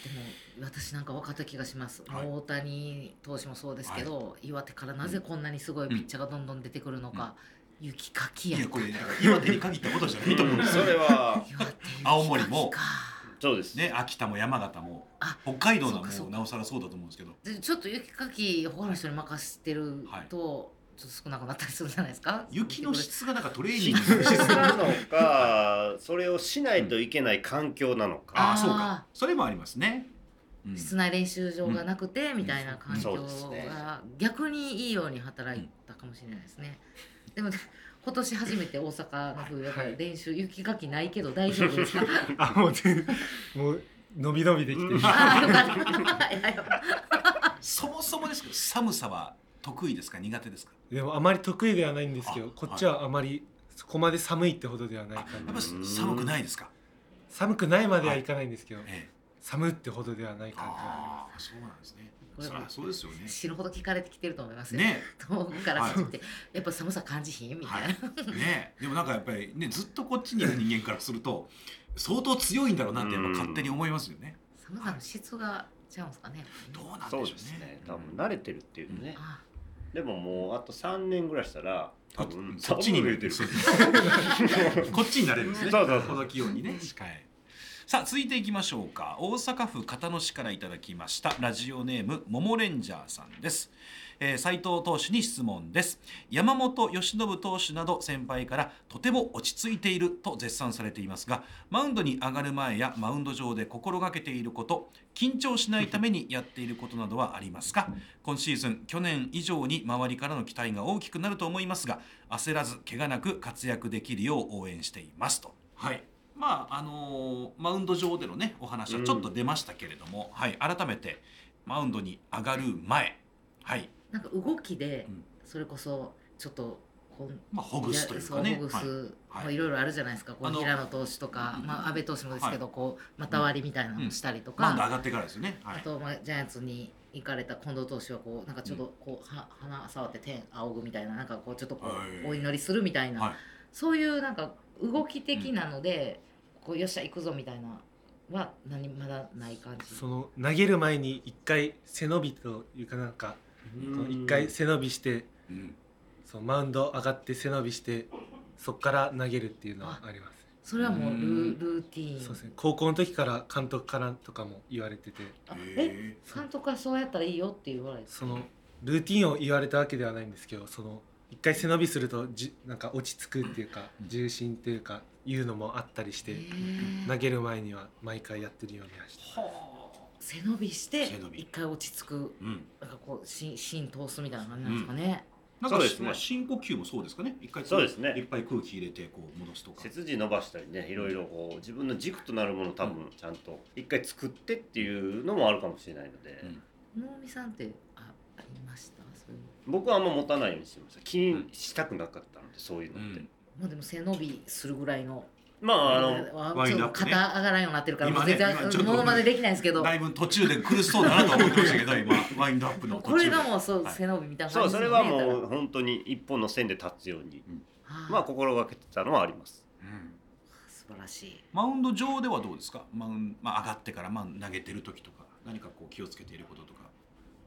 も私なんか分かった気がします、
はい
大谷投手もそうですけど、岩手からなぜこんなにすごいピッチャーがどんどん出てくるのか、雪かき
い
や
やこれだから岩手に限ったことじゃないと思うんです
そ
よ
れは
岩手
青森も
雪か
そうです
ね秋田も山形も
あ
北海道なん
そう
か
かそう
も
か
なおさらそうだと思うんですけど
きかでちょっと雪かき他の人に任せてると、
はい
ちょっと少なくなったりするじゃないですか
雪の質がなんかトレーニングの質
なのかそれをしないといけない環境なのか、
あ
あ
あ
ー
そうかそれもありますね、うん
室内練習場がなくて、みたいな環境
そうですね
が逆にいいように働いたかもしれないですね。でも今年初めて大阪の冬だから
はい
練習、雪かきないけど大丈夫です か
あもう全もう伸び伸びできてる
ああよかったいやいや
そもそもですけど寒さは得意ですか苦手ですか
でもあまり得意ではないんですけど
あ
こっちはあまりそこまで寒いってほどではない
あやっ
感
ぱ
じ
り寒くないですか、
寒くないまではいかないんですけど
ええ、
寒ってほどではない感じがあります
ああそうなんですね
これ
そりゃそうですよね
死ぬほど聞かれてきてると思いますよ。
ね
東北からこっちって、やっぱ寒さ感じひんみたいな、
はいねでもなんかやっぱりねずっとこっちにいる人間からすると相当強いんだろうなってやっぱ勝手に思いますよね
寒さの質がちゃうんですかね。
どうなんでしょ
そうう
ね
ですね多分慣れてるっていうね、
あ
でももうあと3年ぐらいしたら多分
こっちに向いてる
そう
こっちになれるんですね
そうそう
ほどきようにねはいさあ続いていきましょうか大阪府交野市からいただきましたラジオネームももレンジャーさんですえー斉藤投手に質問です山本由伸投手など先輩からとても落ち着いていると絶賛されていますがマウンドに上がる前やマウンド上で心がけていること緊張しないためにやっていることなどはありますか今シーズン去年以上に周りからの期待が大きくなると思いますが焦らず怪我なく活躍できるよう応援していますと。はいまああのーマウンド上でのねお話はちょっと出ましたけれども、はい、改めてマウンドに上がる前、はい
なんか動きで、
うん
それこそちょっとこう
まあ、ほぐすというかね
やそうほぐす、
はい
まあ、いろいろあるじゃないですかこ
あ
う
の
平野投手とか、
うん
まあ、安倍投手もですけど、こう股割りみたいなのをしたりとか、
マウンド上がってからですよね、は
あ
い、
と、まあ、ジャイアンツに行かれた近藤投手はこうなんかちょっとこう、は鼻触って天仰ぐみたいななんかこうちょっとこ
はいう
お祈りするみたいな、
はい
そういうなんか動き的なので、こうよっしゃ行くぞみたいなは何まだない感じ。
その投げる前に一回背伸びというかなんかこの一回背伸びして
うん
そのマウンド上がって背伸びしてそこから投げるっていうのはあります
それはもうル
うん
ールーティーン
そうですね高校の時から監督からとかも言われてて
あえ
へー
監督はそうやったらいいよって言われて
そのルーティンを言われたわけではないんですけどその一回背伸びするとじなんか落ち着くっていうか
うん
重心っていうかいうのもあったりして
へー
投げる前には毎回やってるようにはしてます
背伸びして
背伸び
一回落ち着く
うん、
なんかこう芯芯通すみたいな感じなんですかね、
なんか
そうですね
まあ深呼吸もそうですかね一回こ
そうですね
いっぱい空気入れてこう戻すとか
背筋伸ばしたりねいろいろこう自分の軸となるものを多分ちゃんと一回作ってっていうのもあるかもしれないので、
うん
能見さんってあありましたそういう
僕はあんま持たないようにしてました気にしたくなかったのでそういうのって、
うん
まあでも背伸びするぐらいの
まああの
あ
ワイン
ち
ダッ
ょっと
プね
肩上がらんようになってるから、
今ね
全然
今ちょっと
ものまねできないんですけど
だいぶ途中で苦しそうだなとは思ってました けど今ワインドアップの
こ
途中
れ
で
がもうそう、
はい
背伸びみたいな
そ
感
う
じ
そ
で
れ
すよ
は
ね
もう本当に一本の線で立つように
だから
まあ
は
心がけてたのはあります
うん
あ素素晴らしい。
マウンド上ではどうですかマウン、まあ、上がってから、まあ、投げてる時とか何かこう気をつけていることとか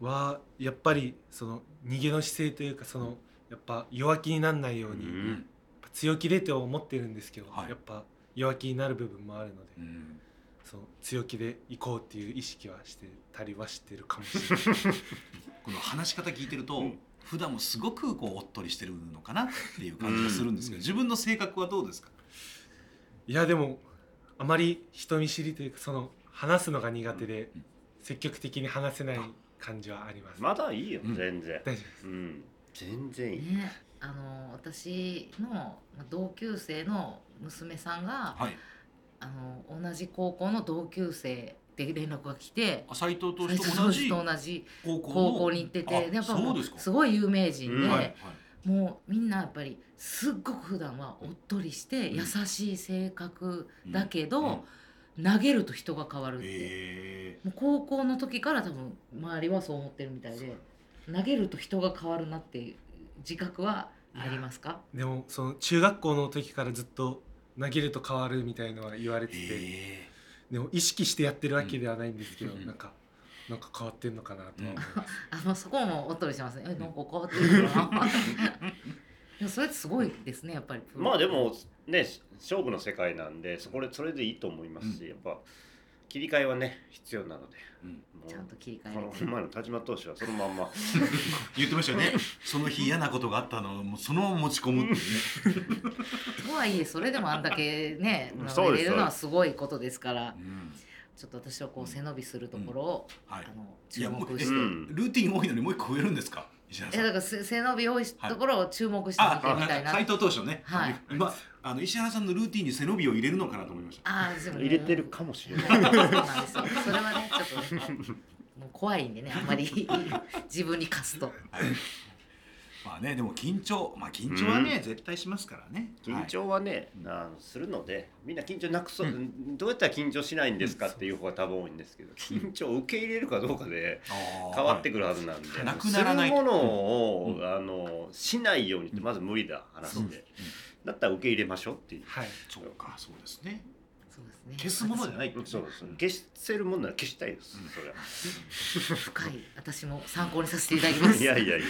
はやっぱりその逃げの姿勢というかそのやっぱ弱気にならないように、
う
やっ
ん
ぱ強気でとは思ってるんですけど、
はい
やっぱ弱気になる部分もあるので、
うん
その強気で行こうっていう意識はしてたりはしてるかもしれない
この話し方聞いてると、
うん
普段もすごくこうおっとりしてるのかなっていう感じがするんですけど、
うん
自分の性格はどうですか、
いやでもあまり人見知りというかその話すのが苦手で、
うん
積極的に話せない感じはあります、
まだいいよ
うん
全然、
大丈
うん、全然いい、
ね、あの私のまあ同級生の娘さんが、
はい、
あの同じ高校の同級生で連絡が来て、
斎藤投手
最
と
初
同じ
と同じ
高校の
高校に行ってて、
あ
でやっぱ
そ
も
う
う
ですか
すごい有名人で、
うん
はいはい
もうみんなやっぱりすっごく普段はおっとりして
うん
優しい性格だけ
うん
ど、投げると人が変わるって。
え
もう高校の時から多分周りはそう思ってるみたいで投げると人が変わるなっていう自覚はありますか
夫でもその中学校の時からずっと投げると変わるみたいのは言われ
ー
てて、
え
でも意識してやってるわけではないんですけど、
うん
なんかなんか変わってんのかなとは思います、
あのそこもおっとりしてますねえなんか変わってるかなでもそれってすごいですねやっぱり
まあでもねし勝負の世界なんでそこでそれでいいと思いますし、やっぱ切り替えはね必要なので
ーうん
もう
ちゃんと切り替
こ
えれ
の
て
前の田島投手はそのまんま
言ってましたよねその日嫌なことがあったのをもうそのまま持ち込むっていうね
とはいえそれでもあんだけね
そ
投
うで
げ
す
れるのはすごいことですから
うん
ちょっと私はこう背伸びするところを、
はい
あの
い
注
やもう
目
え
して。
うん
ルーティン多いのにもう一個増えるんですか石原
え
さん
だからせ背伸び多い
はい
ところを注目して
あ
見てみたいな、
斎藤投手のね、
はい
今あの石原さんのルーティンに背伸びを入れるのかなと思いました
あーでもね
入れてるかもしれない
そうなんですよ。それはね、ちょっとね、もう怖いんでね、あんまり自分に課すと。
まあねでも緊張まあ緊張はね、絶対しますからね
緊
は
張はね、あのするのでみんな緊張なくそう、どうやったら緊張しないんですかっていう方が多分多いんですけど緊張を受け入れるかどうかで
いあー
変わってくるはずなんで、
いなくならない
するものを、
う
あのしないようにってまず無理だ話で、
うん
だったら受け入れましょうっていう。
はい
そうかそうですね
そうですね。
消すものじゃないっていうね
そうです消せるもんなら消したいです、それは
深い、私も参考にさせていただきます。
いやいやいや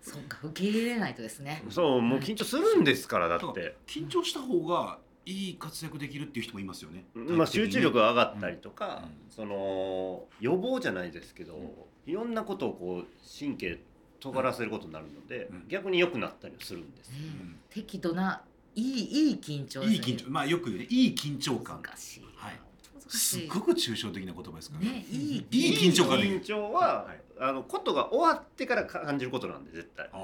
そうか、受け入れないとですね。
そうもう緊張するんですから
だ
だっ
から
て、
緊張した方がいい活躍できるっていう人もいますよね、
まあ、集中力
は
が上がったりとか、
うん
その予防じゃないですけど、
うん
いろんなことをこう神経尖らせることになるので、
うん
逆に良くなったりするんです、
ね適度な、いい、いい緊張ですね。
いい緊張まあよく言うねいい緊張感
難しい。
はい
難
す
し
っ
い。
ごく抽象的な言葉ですからね
ね、いい。
いい緊張感でいい
緊張は、
はい
あのことが終わってから感じることなんで絶対
あー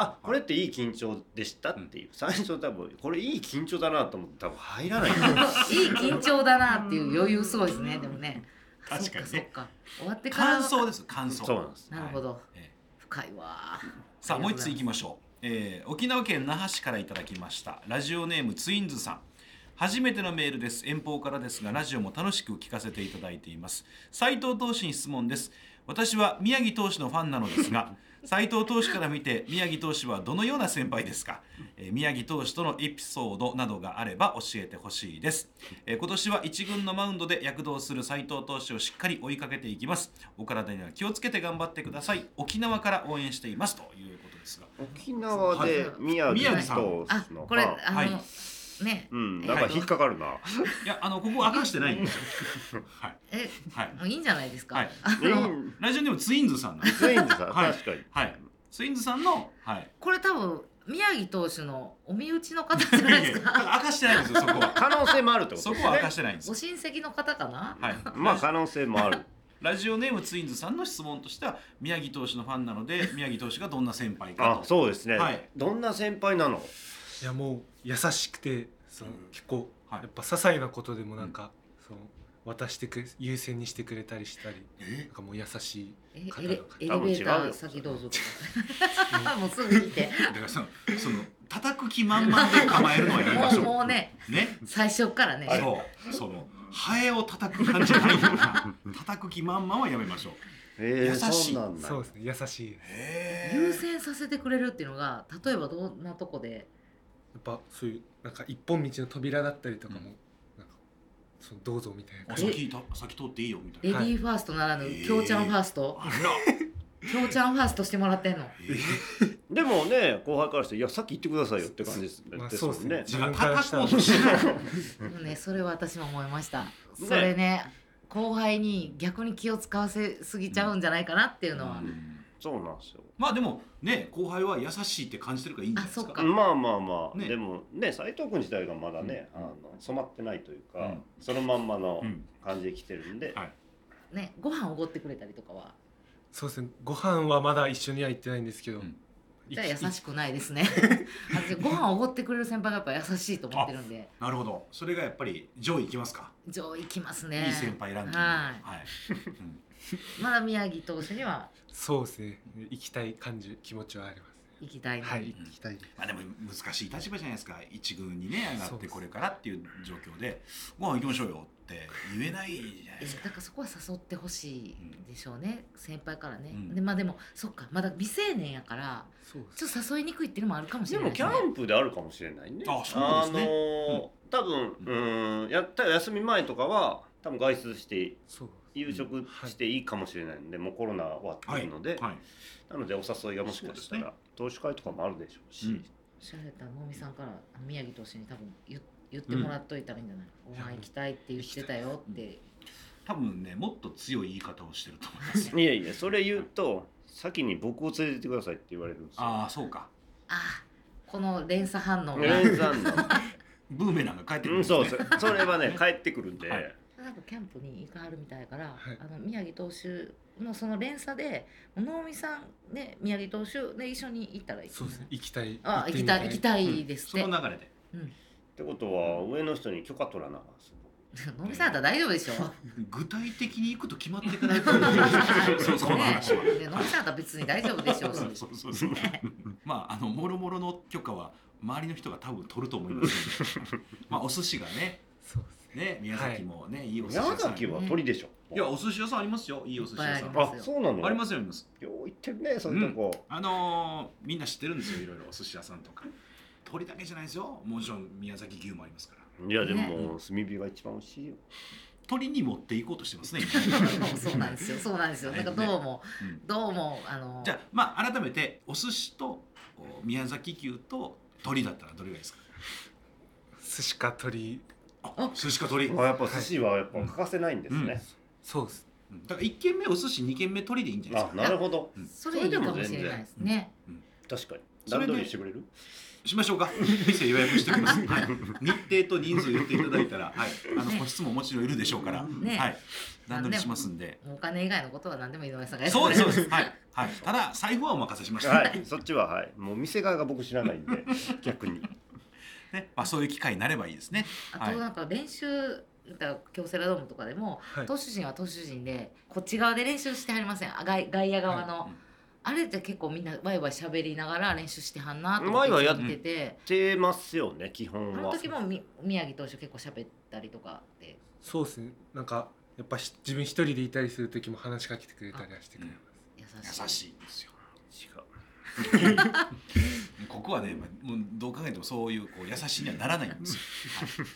あこれっていい緊張でしたっていう、最初多分これいい緊張だなと思って多分 入らない
いい緊張だなっていう余裕すごいですね。でもね。
確かにね
そっか。そっか終わってから。
感想です感想
そうなんです
なるほど。
ええ
深いわ。
さあ
あり
も
が
う一つ
とうございます
いきましょう、えー、沖縄県那覇市からいただきましたラジオネームツインズさん初めてのメールです遠方からですがラジオも楽しく聞かせていただいています斉藤投手に質問です私は宮城投手のファンなのです が斉藤投手から見て宮城投手はどのような先輩ですか、えー宮城投手とのエピソードなどがあれば教えてほしいです、えー今年は一軍のマウンドで躍動する斉藤投手をしっかり追いかけていきますお体には気をつけて頑張ってください沖縄から応援していますということですが
沖縄で宮
宮
城
城さん
と
あ
その、
これ、
あ
あ
は
の
い。
ね。
うんなんか引っかかるな、
いやあのここ明かしてないんです よはい
え、
はい
もういいんじゃないです
は
か
い。
あ
う
の。
ん
ラジオネームツインズさんなんです
ツインズさん、
はい
確かに
はいツインズさんのはい
これ多分宮城投手のお身内の方じゃない
いやい
です
やだ
か。
ら 明かしてないんですよそこは
可能性もあるってこと
そ
です
こは明か
ね
してないんです
ご
よ
親戚の方かな。
はい
まあ可能 性もある
ラジオネームツインズさんの質問としては宮城投手のファンなので宮城投手がどんな先輩か
あ
と
そうですね、
はい
どんな先輩なの
いやもう優しくてその、
うん
結構、
はい
やっぱ些細なことでもなんか、その渡してくれ優先にしてくれたりしたり
え
なんかもう優しい
え
方
エ
々
レエレベーター先どうぞ。 もうすぐ見て。
だからそのその叩く気満々で構えるのはやめま
も
し
う
ょ
もうね
うね
最初からね。
そうそのハエを叩く感じじゃないような叩く気満々はやめましょう
え
優しい
そうなんだ
そうですね優しい
へ
優先させてくれるっていうのが例えばどんなとこで
っぱそういうなんか一本道の扉だったりとかも、なんかそのどうぞみたいな
あ
感じ
先た先通っていいよみたい
レ
な。
ディーファーストならぬ、
はい
きょうちゃんファースト
あら、
きょうちゃんファーストしてもらって んの
えー
でもね後輩からして「いやさっき言ってくださいよ」って感じです
まあ
です
そ
も
うです
ん
ね
ね。
自分からしたら
叩こうとしない
でもねそれは私も思いました、それね後輩に逆に気を使わせすぎちゃうんじゃないかなっていうのは、
うん
そうなんですよ
まあでもね後輩は優しいって感じてるからいいんじゃないです
あ
か
そ。
まあまあまあ、
ね
でもね斉藤君自体がまだね、
うん
あの染まってないというか、
うん
そのまんまの
うん
感じで来てるんで、
はい
ねご飯おごってくれたりとかは
そうですねご飯はまだ一緒には行ってないんですけど、
うん
じゃあ優しくな いですね私ご飯おごってくれる先輩がやっぱ優しいと思ってるんで
なるほど。それがやっぱり上位いきますか。
上位きますね
いい先輩ランキング。
は
はい。うん
いまだ宮城投手には
そうですね行きたい感じ気持ちはありますね
行きたいのに、
はい行きたいです
まあでも難しい立場じゃないですか一軍にね上が
そ
っ
うで
て
す
これからっていう状況でご飯行きましょうよって言えないじゃない
え
ですか。
だからそこは誘ってほしいでしょうね、先輩からね、
うん
でまあでもそっかまだ未成年やから
そうです
ちょっと誘いにくいっていうのもあるかもし
で
れない
も
で
キ
すね
ャンプであるかもしれないね。
あそうですね
あのー多分
う
うんやった休み前とかは多分外出して
そう
夕食していいかもしれないんで、もうコロナは終わってるので、
はい。
なのでお誘いがもしかしたら、
そう
投手会とかもあるでしょうし、
うん
しゃれた能見さんからあ宮城投手に多分言言ってもらっといたらいいんじゃない、ご飯行きたいって言ってたよって、
多分ねもっと強い言い方をしてると思いますよ。
いやいやそれ言うと先に僕を連れてってくださいって言われるんですよ。
ああそうか。
ああこの連鎖反応が
レンさんの
ブーメランが帰ってく
う
るん
ん、
ですね。
そうそうそれはね帰ってくるんで、
はい
なんかキャンプに行かはるみたいから、
はい
あの宮城投手のその連鎖で能見さんね宮城投手で一緒に行ったらいいんじ
そ
ゃ
う
ない
ですね行きたい
あ行きたい行き
い
たいですっ
そ
て、
の流れで
ってことは上の人に許可取らなあかんす
能見さんやったら大丈夫でしょ
具体的に行くと決まっていかないと思うん ですよ
そうそう
の話は
ねで野見さんやったら別に大丈夫でしょうし
そうそうそうそう。まああのもろもろの許可は周りの人が多分取ると思いますので。まあお寿司がね
そうですね
ね宮崎もね、い、いお寿司
宮
屋さん。
崎は鳥でしょ、
いやお寿司屋さんありますよいいお寿司屋
いっぱ
さ
いあり
ん
ま
あ
あそうなの
りますよあります
よう行ってるねそういうとこ、
あのーみんな知ってるんですよいろいろお寿司屋さんとか鳥だけじゃないですよもちろん宮崎牛もありますから
いやでも、炭火が一番美味しいよ
鳥に持っていこうとしてますね。
そうなんですよそうなんですよなんかどうも
今うん
どうもあの
じゃあまあ改めてお寿司とお宮崎牛と鳥だったらどれがいいですか。
寿司か鳥
あ寿司か鳥。
あやっぱ寿司はやっぱ欠かせないんですね、
そうです
うんだから一軒目お寿司二軒目鳥でいいんじゃないです
あ
か。
なるほど
それいいかもしれないですね
確かに
それで
段取りしてくれる
しましょうか。店予約しておきます。はい。日程と人数言っていただいたら、はい。あの個室ももちろんいるでしょうから、
ね
はい。段取りしますんで。
もうお金以外のことは何でも井上さんがやって
そうですそう
す
です。はいはい。ただ財布はお任せしました。
はいそっちははいもう店側が僕知らないんで逆に
ね。まあそういう機会になればいいですね。
あとなんか練習だから京セラドームとかでも
はい
投手陣は投手陣でこっち側で練習してはりませんあ外外野側の、
はいうん
あれって結構みんなワイワイ喋りながら練習してはんなと思
ワイワイや
っ
ってて
見てて、
してますよね基
あ
本
の
は
時もみ宮城投手結構喋ったりとかで
そうですねなんかやっぱし自分一人でいたりする時も話しかけてくれたりはしてくれます、
優し
優しい
い
んですよ。
違
ここはね、まあもうどう考えてもそういうこう優しいにはならないん ですよ。はい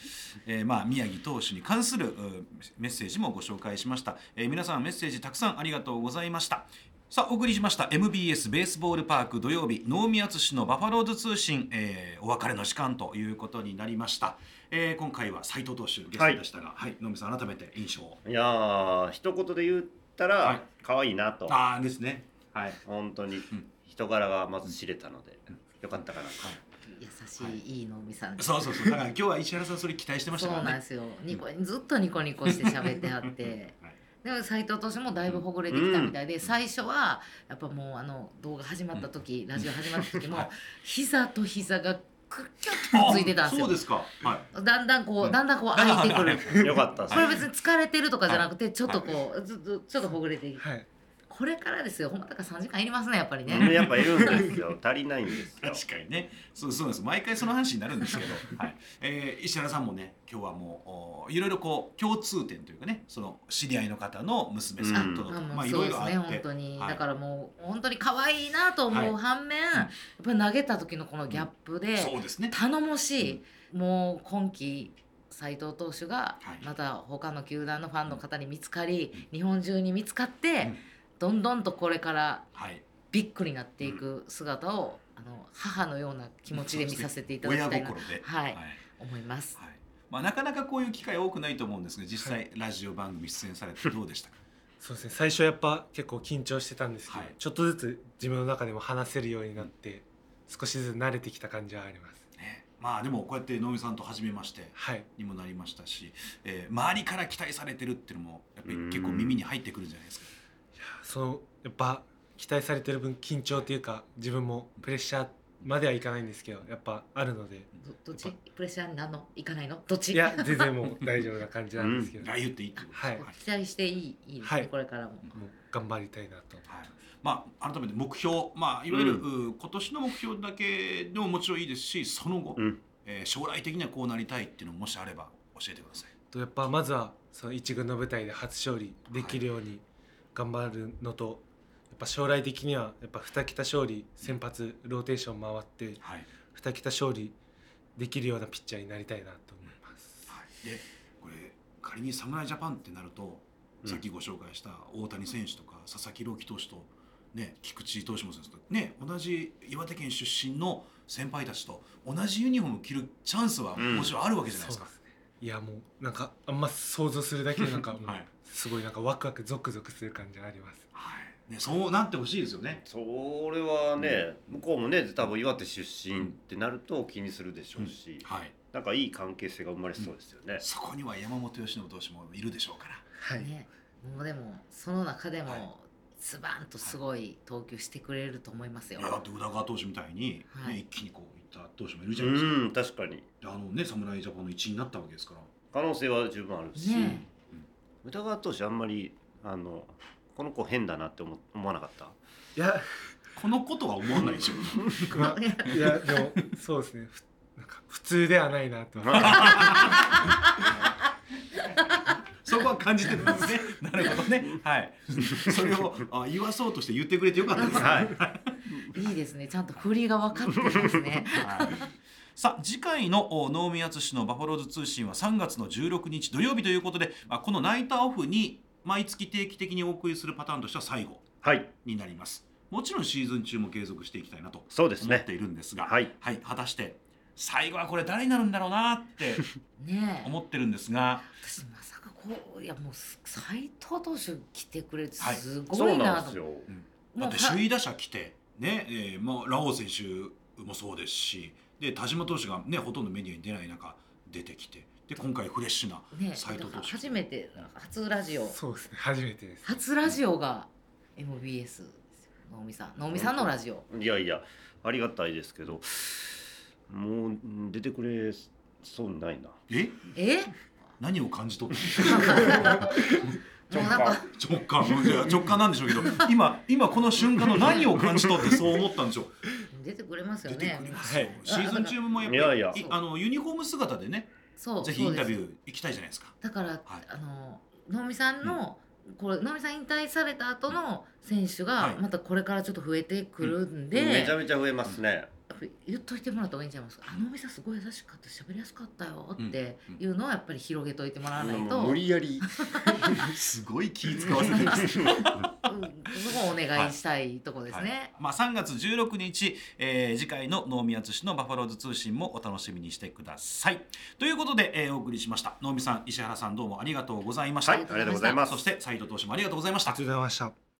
えーまあ宮城投手に関するうーメッセージもご紹介しました、えー皆さんメッセージたくさんありがとうございました。さあお送りしました MBS ベースボールパーク土曜日能見淳のバファローズ通信、えーお別れの時間ということになりました、えー今回は斎藤投手ゲストでしたがはい能見、さん改めて印象を
ういやー一言で言った
はい
ら可愛いなと
ああですねはい
本当に
ん
人柄がまず知れたのでよかったかなと
優しい、い、いのみさん
そうそうそうだから今日は石原さんそれ期待してました
そう
から
なん
ね
ですよニコずっとニコニコして喋 ってはって。でも斉藤投手もだいぶほぐれてきたみたいで、最初はやっぱもうあの動画始まった時、ラジオ始まった時 も、
はい
膝と膝がくっきゅっとついてたんです
あ
よ
そうですかはい
だんだんこう、
うん
だんだんこう開いてくる
よかったです
これ別に疲れてるとかじゃなくてちょっとこう、ずっとちょっとほぐれていく
はい
これからですよほんまだから3時間いりますねやっぱりね、
やっぱいるんです よ足りないんです よ
確かにねそうそうなんです毎回その話になるんですけど、はいえー石原さんもね今日はもうおいろいろこう共通点というかねその知り合いの方の娘さんとのとか、
あもう
まあい
そ
ろ
う
い
で
ろ
す
あっ
ね
て、
本当に、
はい
だからもう本当に可愛いなと思う反面、やっぱり投げた時のこのギャップで、
そうですね
頼もしい、もう今季斎藤投手が
はい
また他の球団のファンの方に見つかり、日本中に見つかって、
うん
どんどんとこれから
はい
ビッグになっていく姿を、あの母のような気持ちで見させていただき
親
たいな
心で
はい
はい
思います。
はいまあ、なかなかこういう機会多くないと思うんですが実際、ラジオ番組出演されてどうでしたか
そうですね最初やっぱ結構緊張してたんですけど、
はい
ちょっとずつ自分の中でも話せるようになって少しずつ慣れてきた感じはあります
ねまあでもこうやって能見さんと初めまして
はい
にもなりましたし、えー周りから期待されてるっていうのもやっぱり結構耳に入ってくるんじゃないですか。
そのやっぱ期待されてる分緊張というか自分もプレッシャーまではいかないんですけどやっぱあるので
どどっちプレッシャーになんのいかないのどっち
いや全然もう大丈夫な感じなんですけど、
あ言っていいってことです
はい
ね
期待していいいいですね、
はい
これからも。
もう頑張りたいなと思います、
はいまあ、改めて目標、まあ、いわゆる、
う
う今年の目標だけでももちろんいいですしその後、
うん
えー将来的にはこうなりたいっていうのももしあれば教えてください。
とやっぱまずはその一軍の舞台で初勝利できるように頑張るのと、やっぱ将来的にはやっぱ2桁勝利先発ローテーション回って
はい
2桁勝利できるようなピッチャーになりたいなと思います。
はい、でこれ仮に侍ジャパンってなると、
うん
さっきご紹介した大谷選手とか佐々木朗希投手と、ね、菊池投手もそうですけど、ね、同じ岩手県出身の先輩たちと同じユニフォームを着るチャンスは
うん
もちろんあるわけじゃないです
そう
か
で。すねいやもうなんかあんま想像するだけでなんかもう
はい
すごいなんかワクワクゾクゾクする感じがあります。
はいね、そうなってほしいですよね。
それはね向こうもね多分岩手出身ってなると気にするでしょうし、
はい、
なんかいい関係性が生まれそうですよね、
そこには山本由伸投手もいるでしょうから。
はい
ね、もうでもその中でも、
はい
ズバンとすごい投球してくれると思いますよ。
いやだって宇田川投手みたいに、ね
はい
一気にこういった投手もいるじゃ
う
ないですか、
ん確かに
であのね侍ジャパンの一員になったわけですから
可能性は十分あるし、
ね
宇田川投手あんまりあのこの子変だなって思思わなかった
いや
このことは思わないでし ょ
まあいやでもそうですねふなんか普通 ではないなと
そこは感じてるん ですねなるほどねはいそれをあ言わそうとして言ってくれてよかった です、
はい
いいですね。ちゃんと振りが分かってま すね。
さあ次回のお能見淳のバファローズ通信は3月の16日土曜日ということで、まあ、このナイターオフに毎月定期的にお送りするパターンとしては最後
はい
になりますもちろんシーズン中も継続していきたいなと
そうです
思っ
ね
ているんですが
はい
はい、果たして最後はこれ誰になるんだろうな って
ねえ。
思ってるんですが、
私まさかこういやもう斎藤投手来てくれて
はい
す
そ
ご
う
い
な
なんと
です
思
よ
だ
もう
って首位打者来て、ねえーまあ、ラオウ選手もそうですしで田島投手が、ね、ほとんどメディアに出ない中出てきてで今回フレッシュな、
ね
斎藤投手
だから初めて初ラジオ
そうですね初めてです。
初ラジオが MBS ですよ。能見さん能見さんのラジオ。
いやいやありがたいですけどもううん出てくれそうにないな
え
え？ も
何を感じ取って
うなんか
直感いや直感なんでしょうけど今今この瞬間の何を感じ取ってそう思ったんでしょう
出てくれますよ
出て
ね
く。れますよ、シーズン中もやっぱり
いやいや
あのユニフォーム姿でね
そう。
ぜひインタビ
そう
ュー行きたいじゃないですか。
です。だから、
はい
あの能見さんの、これ能見さん引退された後の選手
は
が
い
またこれからちょっと増えてくるんで、
めちゃめちゃ増えますね、
言っといてもらった方がいいんちゃいますか「あのお店すごい優しかったし喋りやすかったよ」って
うんうん
いうのはやっぱり広げといてもらわないと、
もう無理やり
すごい気使わせてます
うんそこをお願いしたいとこですね。
まあ、3月16日、えー次回の能見淳のバファローズ通信もお楽しみにしてください。ということで、えーお送りしました能見さん石原さんどうもありがとうございました。
はいありがとうございます
そして斉藤投手もありがとうございました
ありがとう。ございました。